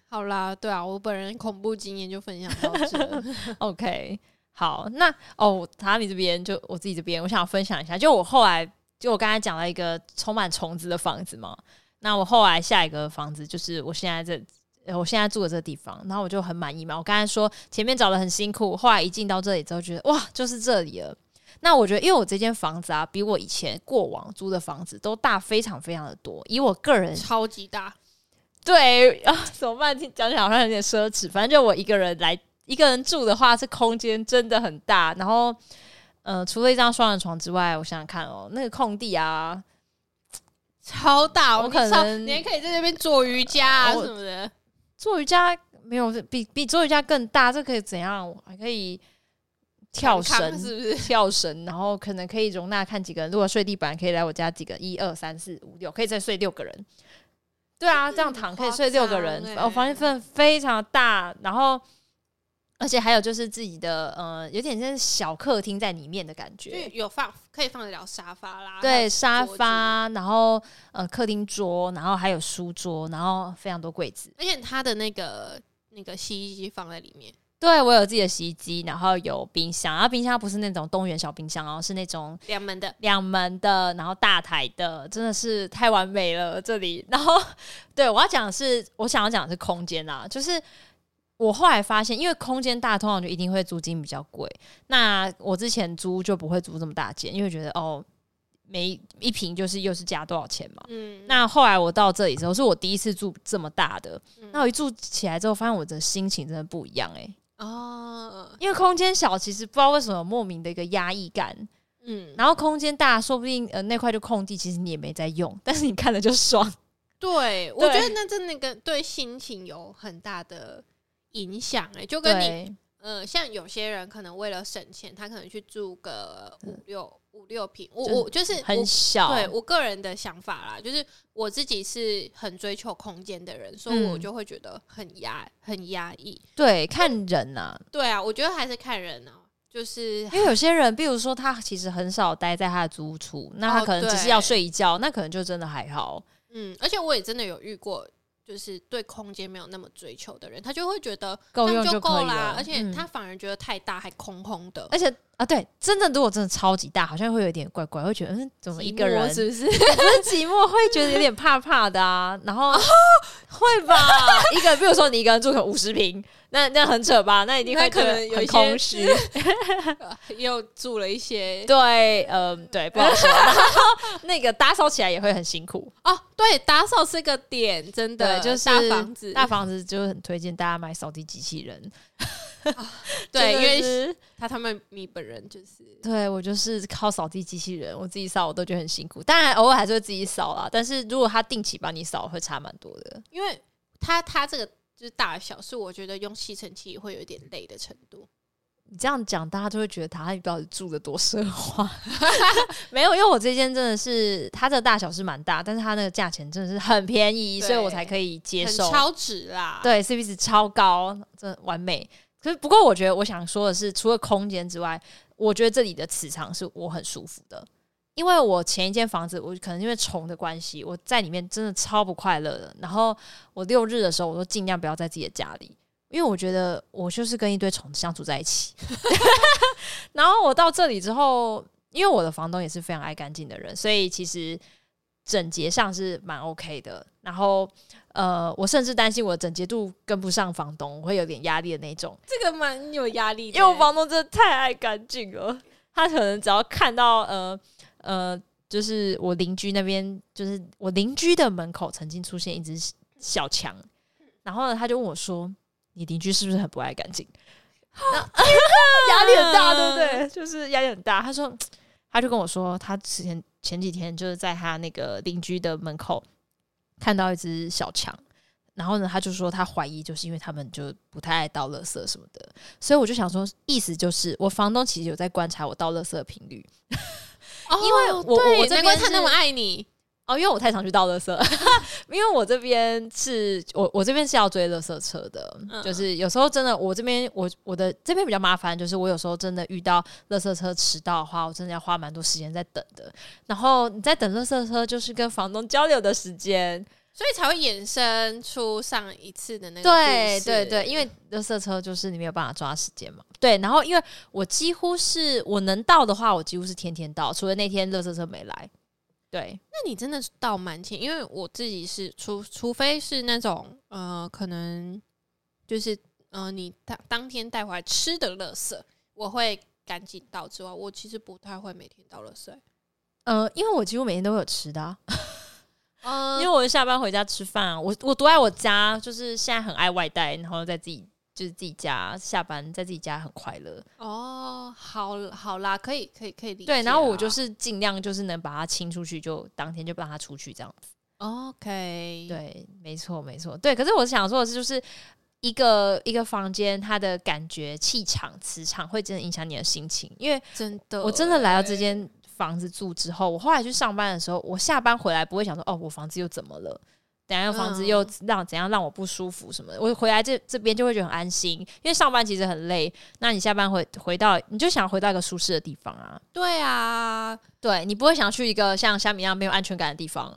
Speaker 1: 好啦，对啊，我本人恐怖经验就分享到这。
Speaker 2: OK，好，那哦，塔米这边就我自己这边，我想分享一下，就我后来就我刚才讲了一个充满虫子的房子嘛，那我后来下一个房子就是我现在这。呃我现在住的这个地方，然后我就很满意嘛。我刚才说前面找的很辛苦，后来一进到这里之后，觉得哇，就是这里了。那我觉得，因为我这间房子啊，比我以前过往租的房子都大非常非常的多。以我个 人
Speaker 1: 超级大，
Speaker 2: 对啊，怎么办？听讲起来好像有点奢侈。反正就我一个人来，一个人住的话，这空间真的很大。然后，呃，除了一张双人床之外，我想想看哦，那个空地啊，
Speaker 1: 超大，
Speaker 2: 我
Speaker 1: 你
Speaker 2: 可
Speaker 1: 超
Speaker 2: 能哦
Speaker 1: 你还可以在这边做瑜伽啊
Speaker 2: 我
Speaker 1: 什么的。
Speaker 2: 做瑜伽没有比比做瑜伽更大，这可以怎样？我还可以跳
Speaker 1: 康
Speaker 2: 绳，
Speaker 1: 是不 是？
Speaker 2: 跳绳，然后可能可以容纳看几个人。如果睡地板，可以来我家几个，一二三四五六，可以再睡六个人。对啊，这样躺可以睡六个人
Speaker 1: 很夸，张欸
Speaker 2: 我、房间分非常大。然后而且还有就是自己的呃，有点像是小客厅在里面的感
Speaker 1: 就
Speaker 2: 觉。
Speaker 1: 有放可以放得了沙发啦，还
Speaker 2: 对，
Speaker 1: 有
Speaker 2: 沙
Speaker 1: 桌子，
Speaker 2: 发，然后呃，客厅桌，然后还有书桌，然后非常多柜子。
Speaker 1: 而且它的那个那个洗衣机放在里面，
Speaker 2: 对我有自己的洗衣机，然后有冰箱，然后冰箱不是那种动物园小冰箱，然哦后是那种
Speaker 1: 两门的，
Speaker 2: 两门的，然后大台的，真的是太完美了这里。然后， 对我要讲的是，我想要讲的是空间啦，就是我后来发现，因为空间大，通常就一定会租金比较贵。那我之前租就不会租这么大间，因为觉得哦，每一平就是又是加多少钱嘛。
Speaker 1: 嗯，
Speaker 2: 那后来我到这里之后，是我第一次住这么大的。
Speaker 1: 嗯
Speaker 2: 那我一住起来之后，发现我的心情真的不一样诶、
Speaker 1: 哦，
Speaker 2: 因为空间小，其实不知道为什么有莫名的一个压抑感。
Speaker 1: 嗯，
Speaker 2: 然后空间大，说不定呃那块就空地，其实你也没在用， 但是你看了就爽。
Speaker 1: 对，我觉
Speaker 2: 对
Speaker 1: 得那真的跟对心情有很大的影响哎、就跟你
Speaker 2: 对
Speaker 1: 呃，像有些人可能为了省钱，他可能去住个五六五六平，我
Speaker 2: 嗯就是
Speaker 1: 我就是我
Speaker 2: 很小，
Speaker 1: 对我个人的想法啦，就是我自己是很追求空间的人，所以我
Speaker 2: 嗯
Speaker 1: 就会觉得很压很压抑。
Speaker 2: 对看 人呐、
Speaker 1: 对啊，我觉得还是看人啊，就是
Speaker 2: 因为有些人，比如说他其实很少待在他的租屋处，那他
Speaker 1: 哦
Speaker 2: 可能只是
Speaker 1: 对
Speaker 2: 要睡一觉，那可能就真的还好。
Speaker 1: 嗯，而且我也真的有遇过，就是对空间没有那么追求的人，他就会觉得
Speaker 2: 够
Speaker 1: 这样
Speaker 2: 用
Speaker 1: 就
Speaker 2: 就可以
Speaker 1: 啦
Speaker 2: 了，
Speaker 1: 而且
Speaker 2: 嗯
Speaker 1: 他反而觉得太大还空空的，
Speaker 2: 而且啊，对，真的如果真的超级大，好像会有点怪怪，会觉得嗯，怎么一个人
Speaker 1: 寂寞 是不 是？
Speaker 2: 很寂寞，会觉得有点怕怕的啊。然后、会吧，一个比如说你一个人住可能五十平，那那很扯吧？那一定
Speaker 1: 那
Speaker 2: 会
Speaker 1: 可
Speaker 2: 觉得
Speaker 1: 能有
Speaker 2: 很
Speaker 1: 一些
Speaker 2: 空虚。
Speaker 1: 又住了一些
Speaker 2: 对，嗯、对，不好 说。然后那个打扫起来也会很辛苦。
Speaker 1: 哦，对，打扫是个点，真的
Speaker 2: 对，就是
Speaker 1: 大房子，
Speaker 2: 大房子就很推荐大家买扫地机器人。
Speaker 1: 对，因
Speaker 2: 真的
Speaker 1: 为
Speaker 2: 是
Speaker 1: 他他们你本人就是
Speaker 2: 对我就是靠扫地机器人，我自己扫我都觉得很辛苦。当然偶尔还是会自己扫啦，但是如果他定期帮你扫，会差蛮多的。
Speaker 1: 因为它它这个就是大小，是我觉得用吸尘器会有点累的程度。
Speaker 2: 你这样讲，大家就会觉得他到底住的多奢华。 没有，因为我这间真的是它的大小是蛮大，但是它那个价钱真的是很便宜，
Speaker 1: 对
Speaker 2: 所以我才可以接
Speaker 1: 很
Speaker 2: 受。
Speaker 1: 超值啦。，
Speaker 2: 对，CP 值超高，真的完美。可是不过，我觉得我想说的是，除了空间之外，我觉得这里的磁场是我很舒服的。因为我前一间房子，我可能因为虫的关系，我在里面真的超不快乐的。然后我六日的时候，我都尽量不要在自己的家里，因为我觉得我就是跟一堆虫相处在一起。 然后我到这里之后，因为我的房东也是非常爱干净的人，所以其实整洁上是蛮 OK 的。然后呃，我甚至担心我的整洁度跟不上房东，我会有点压力的那种，
Speaker 1: 这个蛮有压力的，
Speaker 2: 因为我房东真的太爱干净了，他可能只要看到呃呃，就是我邻居那边，就是我邻居的门口曾经出现一只小强，然后呢，他就问我说：“你邻居是不是很不爱干净？”那压力很大，对不对？就是压力很大。他说，他就跟我说，他之前前几天就是在他那个邻居的门口看到一只小强，然后呢，他就说他怀疑就是因为他们就不太爱倒垃圾什么的，所以我就想说，意思就是我房东其实有在观察我倒垃圾的频率
Speaker 1: 哦
Speaker 2: 因为我我
Speaker 1: 对
Speaker 2: 我这
Speaker 1: 难怪
Speaker 2: 边
Speaker 1: 他那
Speaker 2: 是
Speaker 1: 么爱你，
Speaker 2: 哦，因为我太常去倒垃圾，因为我这边是我我这边是要追垃圾车的，
Speaker 1: 嗯
Speaker 2: 就是有时候真的我这边我我的这边比较麻烦，就是我有时候真的遇到垃圾车迟到的话，我真的要花蛮多时间在等的。然后你在等垃圾车，就是跟房东交流的时间，
Speaker 1: 所以才会衍生出上一次的那个
Speaker 2: 对
Speaker 1: 故事
Speaker 2: 对对，因为垃圾车就是你没有办法抓时间嘛。对，然后因为我几乎是我能到的话，我几乎是天天到，除了那天垃圾车没来。对，
Speaker 1: 那你真的是倒蛮勤，因为我自己是除除非是那种呃，可能就是呃，你当当天带回来吃的垃圾，我会赶紧倒之外，我其实不太会每天倒垃圾、
Speaker 2: 呃，因为我几乎每天都会有吃的、啊。
Speaker 1: 嗯
Speaker 2: 因为我下班回家吃饭、啊，我我独爱我家，就是现在很爱外带，然后在自己就是自己家下班，在自己家很快乐。
Speaker 1: 哦，好好啦，可以可以可以理解啦。
Speaker 2: 对，然后我就是尽量就是能把它清出去，就当天就让它出去这样子。
Speaker 1: OK，，
Speaker 2: 对，没错，没错，对。可是我想说的是，就是一个一个房间，它的感觉、气场、磁场会真的影响你的心情，因为
Speaker 1: 真的，
Speaker 2: 我真的来到这间房子住之后，我后来去上班的时候，我下班回来不会想说哦，我房子又怎么了。怎样房子
Speaker 1: 嗯
Speaker 2: 又让怎样让我不舒服什么的，我回来这这边就会觉得很安心，因为上班其实很累，那你下班回回到你就想回到一个舒适的地方啊，
Speaker 1: 对啊，
Speaker 2: 对你不会想去一个像虾米一样没有安全感的地方，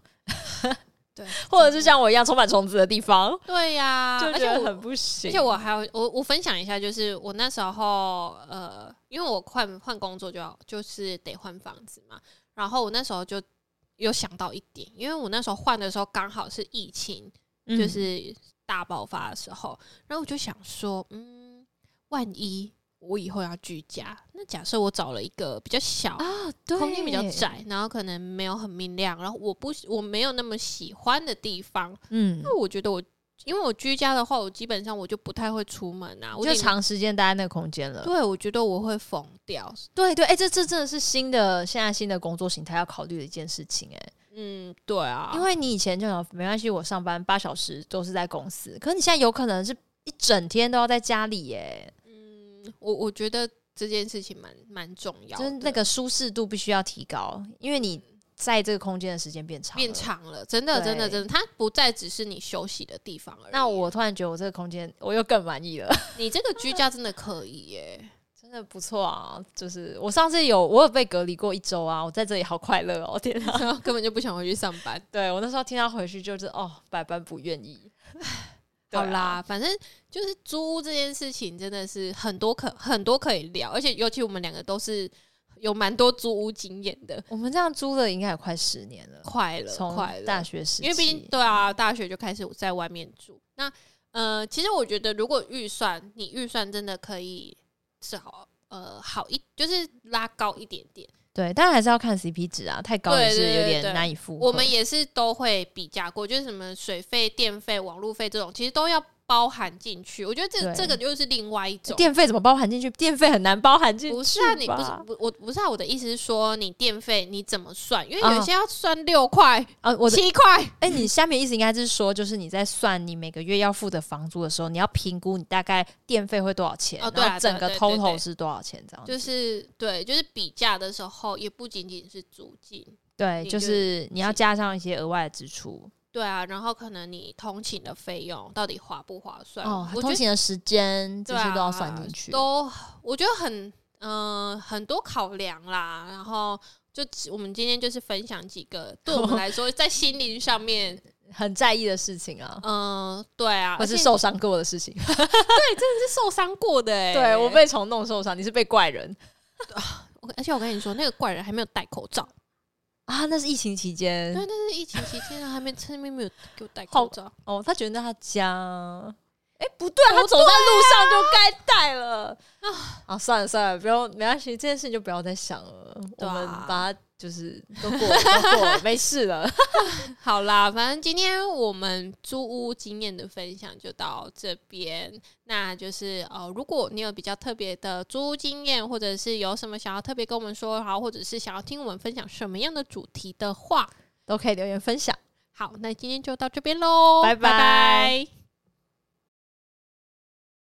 Speaker 1: 对，
Speaker 2: 或者是像我一样充满虫子的地方，
Speaker 1: 对呀、
Speaker 2: 就
Speaker 1: 而
Speaker 2: 觉
Speaker 1: 且
Speaker 2: 得
Speaker 1: 我
Speaker 2: 很不行。
Speaker 1: 而且我还有我我分享一下，就是我那时候呃，因为我换换工作就要就是得换房子嘛，然后我那时候就有想到一点，因为我那时候换的时候刚好是疫情就
Speaker 2: 嗯
Speaker 1: 是大爆发的时候，然后我就想说，嗯，万一我以后要居家，那假设我找了一个比较小。
Speaker 2: 啊，
Speaker 1: 空间比较
Speaker 2: 对，
Speaker 1: 窄，然后可能没有很明亮，然后我不我没有那么喜欢的地方，
Speaker 2: 嗯，
Speaker 1: 那我觉得我，因为我居家的话，我基本上我就不太会出门啊，我
Speaker 2: 我就
Speaker 1: 顶
Speaker 2: 长时间待在那个空间了。
Speaker 1: 对，我觉得我会疯掉。
Speaker 2: 对对，哎、这这真的是新的现在新的工作形态要考虑的一件事情、哎、
Speaker 1: 嗯，对啊，
Speaker 2: 因为你以前就想没关系，我上班八小时都是在公司，可是你现在有可能是一整天都要在家里、哎
Speaker 1: 嗯，我我觉得这件事情蛮蛮重
Speaker 2: 哎，
Speaker 1: 要
Speaker 2: 就
Speaker 1: 的，
Speaker 2: 是那个舒适度必须要提高，因为你在这个空间的时间变长，
Speaker 1: 变。长了，真的，真的，
Speaker 2: 对
Speaker 1: 真的，它不再只是你休息的地方而已。
Speaker 2: 那我突然觉得我这个空间我又更满意了，
Speaker 1: 你这个居家真的可以耶，
Speaker 2: 真的不错啊！就是我上次有我有被隔离过一周啊，我在这里好快乐哦，天啊！
Speaker 1: 然后根本就不想回去上班。
Speaker 2: 对我那时候听到回去就是哦，百般不愿意。对
Speaker 1: 好
Speaker 2: 啊
Speaker 1: 啦，反正就是租屋这件事情真的是很多可很多可以聊，而且尤其我们两个都是有蛮多租屋经验的，
Speaker 2: 我们这样租了应该也快十年了，
Speaker 1: 快乐，
Speaker 2: 从
Speaker 1: 快乐，
Speaker 2: 大学时期，
Speaker 1: 因为毕竟对啊，大学就开始在外面住。那呃，其实我觉得，如果预算你预算真的可以是好呃好一，就是拉高一点点。
Speaker 2: 对，但还是要看 CP 值啊，太高
Speaker 1: 对
Speaker 2: 也是
Speaker 1: 对
Speaker 2: 有
Speaker 1: 对
Speaker 2: 点
Speaker 1: 对
Speaker 2: 难以负荷。
Speaker 1: 我们也是都会比价过，就是什么水费、电费、网路费这种，其实都要包含进去。我觉得这
Speaker 2: 对
Speaker 1: 这个又是另外一种。
Speaker 2: 电费怎么包含进去？电费很难包含进去吧，
Speaker 1: 不是啊，你不是不我不是啊，我的意思是说，你电费你怎么算？因为
Speaker 2: 啊
Speaker 1: 有些要算六块、
Speaker 2: 啊？我的
Speaker 1: 七块，
Speaker 2: 哎、你下面意思应该是说，就是你在算你每个月要付的房租的时候，你要评估你大概电费会多少钱，
Speaker 1: 哦对啊
Speaker 2: 然后整
Speaker 1: 对
Speaker 2: 个
Speaker 1: 对对
Speaker 2: total
Speaker 1: 对
Speaker 2: 是多少钱这样子。
Speaker 1: 就是对，就是比价的时候，也不仅仅是租金，
Speaker 2: 对，
Speaker 1: 你就
Speaker 2: 就
Speaker 1: 是
Speaker 2: 你要加上一些额外的支出
Speaker 1: 对啊，然后可能你通勤的费用到底划不划算？
Speaker 2: 哦，
Speaker 1: 我觉
Speaker 2: 通
Speaker 1: 得
Speaker 2: 勤的时间这
Speaker 1: 对
Speaker 2: 些
Speaker 1: 啊
Speaker 2: 都要算进去。
Speaker 1: 都我觉得很嗯、很多考量啦。然后就我们今天就是分享几个对我们来说 在心灵上面，
Speaker 2: 很在意的事情啊，
Speaker 1: 嗯、对啊，
Speaker 2: 或是
Speaker 1: 而且
Speaker 2: 受伤过的事情。
Speaker 1: 你是受伤过的哎、
Speaker 2: 对我被虫弄受伤，你是被怪人
Speaker 1: 我而且我跟你说，那个怪人还没有戴口罩，
Speaker 2: 啊？那是疫情期
Speaker 1: 对，
Speaker 2: 间
Speaker 1: 那是疫情期间啊还没趁面没有给我戴口罩，
Speaker 2: 哦，他觉得他家。哎、不对啊，他走在路上就该戴了啊！算了算了，不用，没关系，这件事情就不要再想了。我
Speaker 1: 对啊
Speaker 2: 们把它就是都过了，都过了，没事 了。
Speaker 1: 好啦，反正今天我们租屋经验的分享就到这边。那就是呃，如果你有比较特别的租屋经验，或者是有什么想要特别跟我们说，好，或者是想要听我们分享什么样的主题的话，
Speaker 2: 都可以留言分享。
Speaker 1: 好，那今天就到这边喽，
Speaker 2: 拜拜
Speaker 1: 拜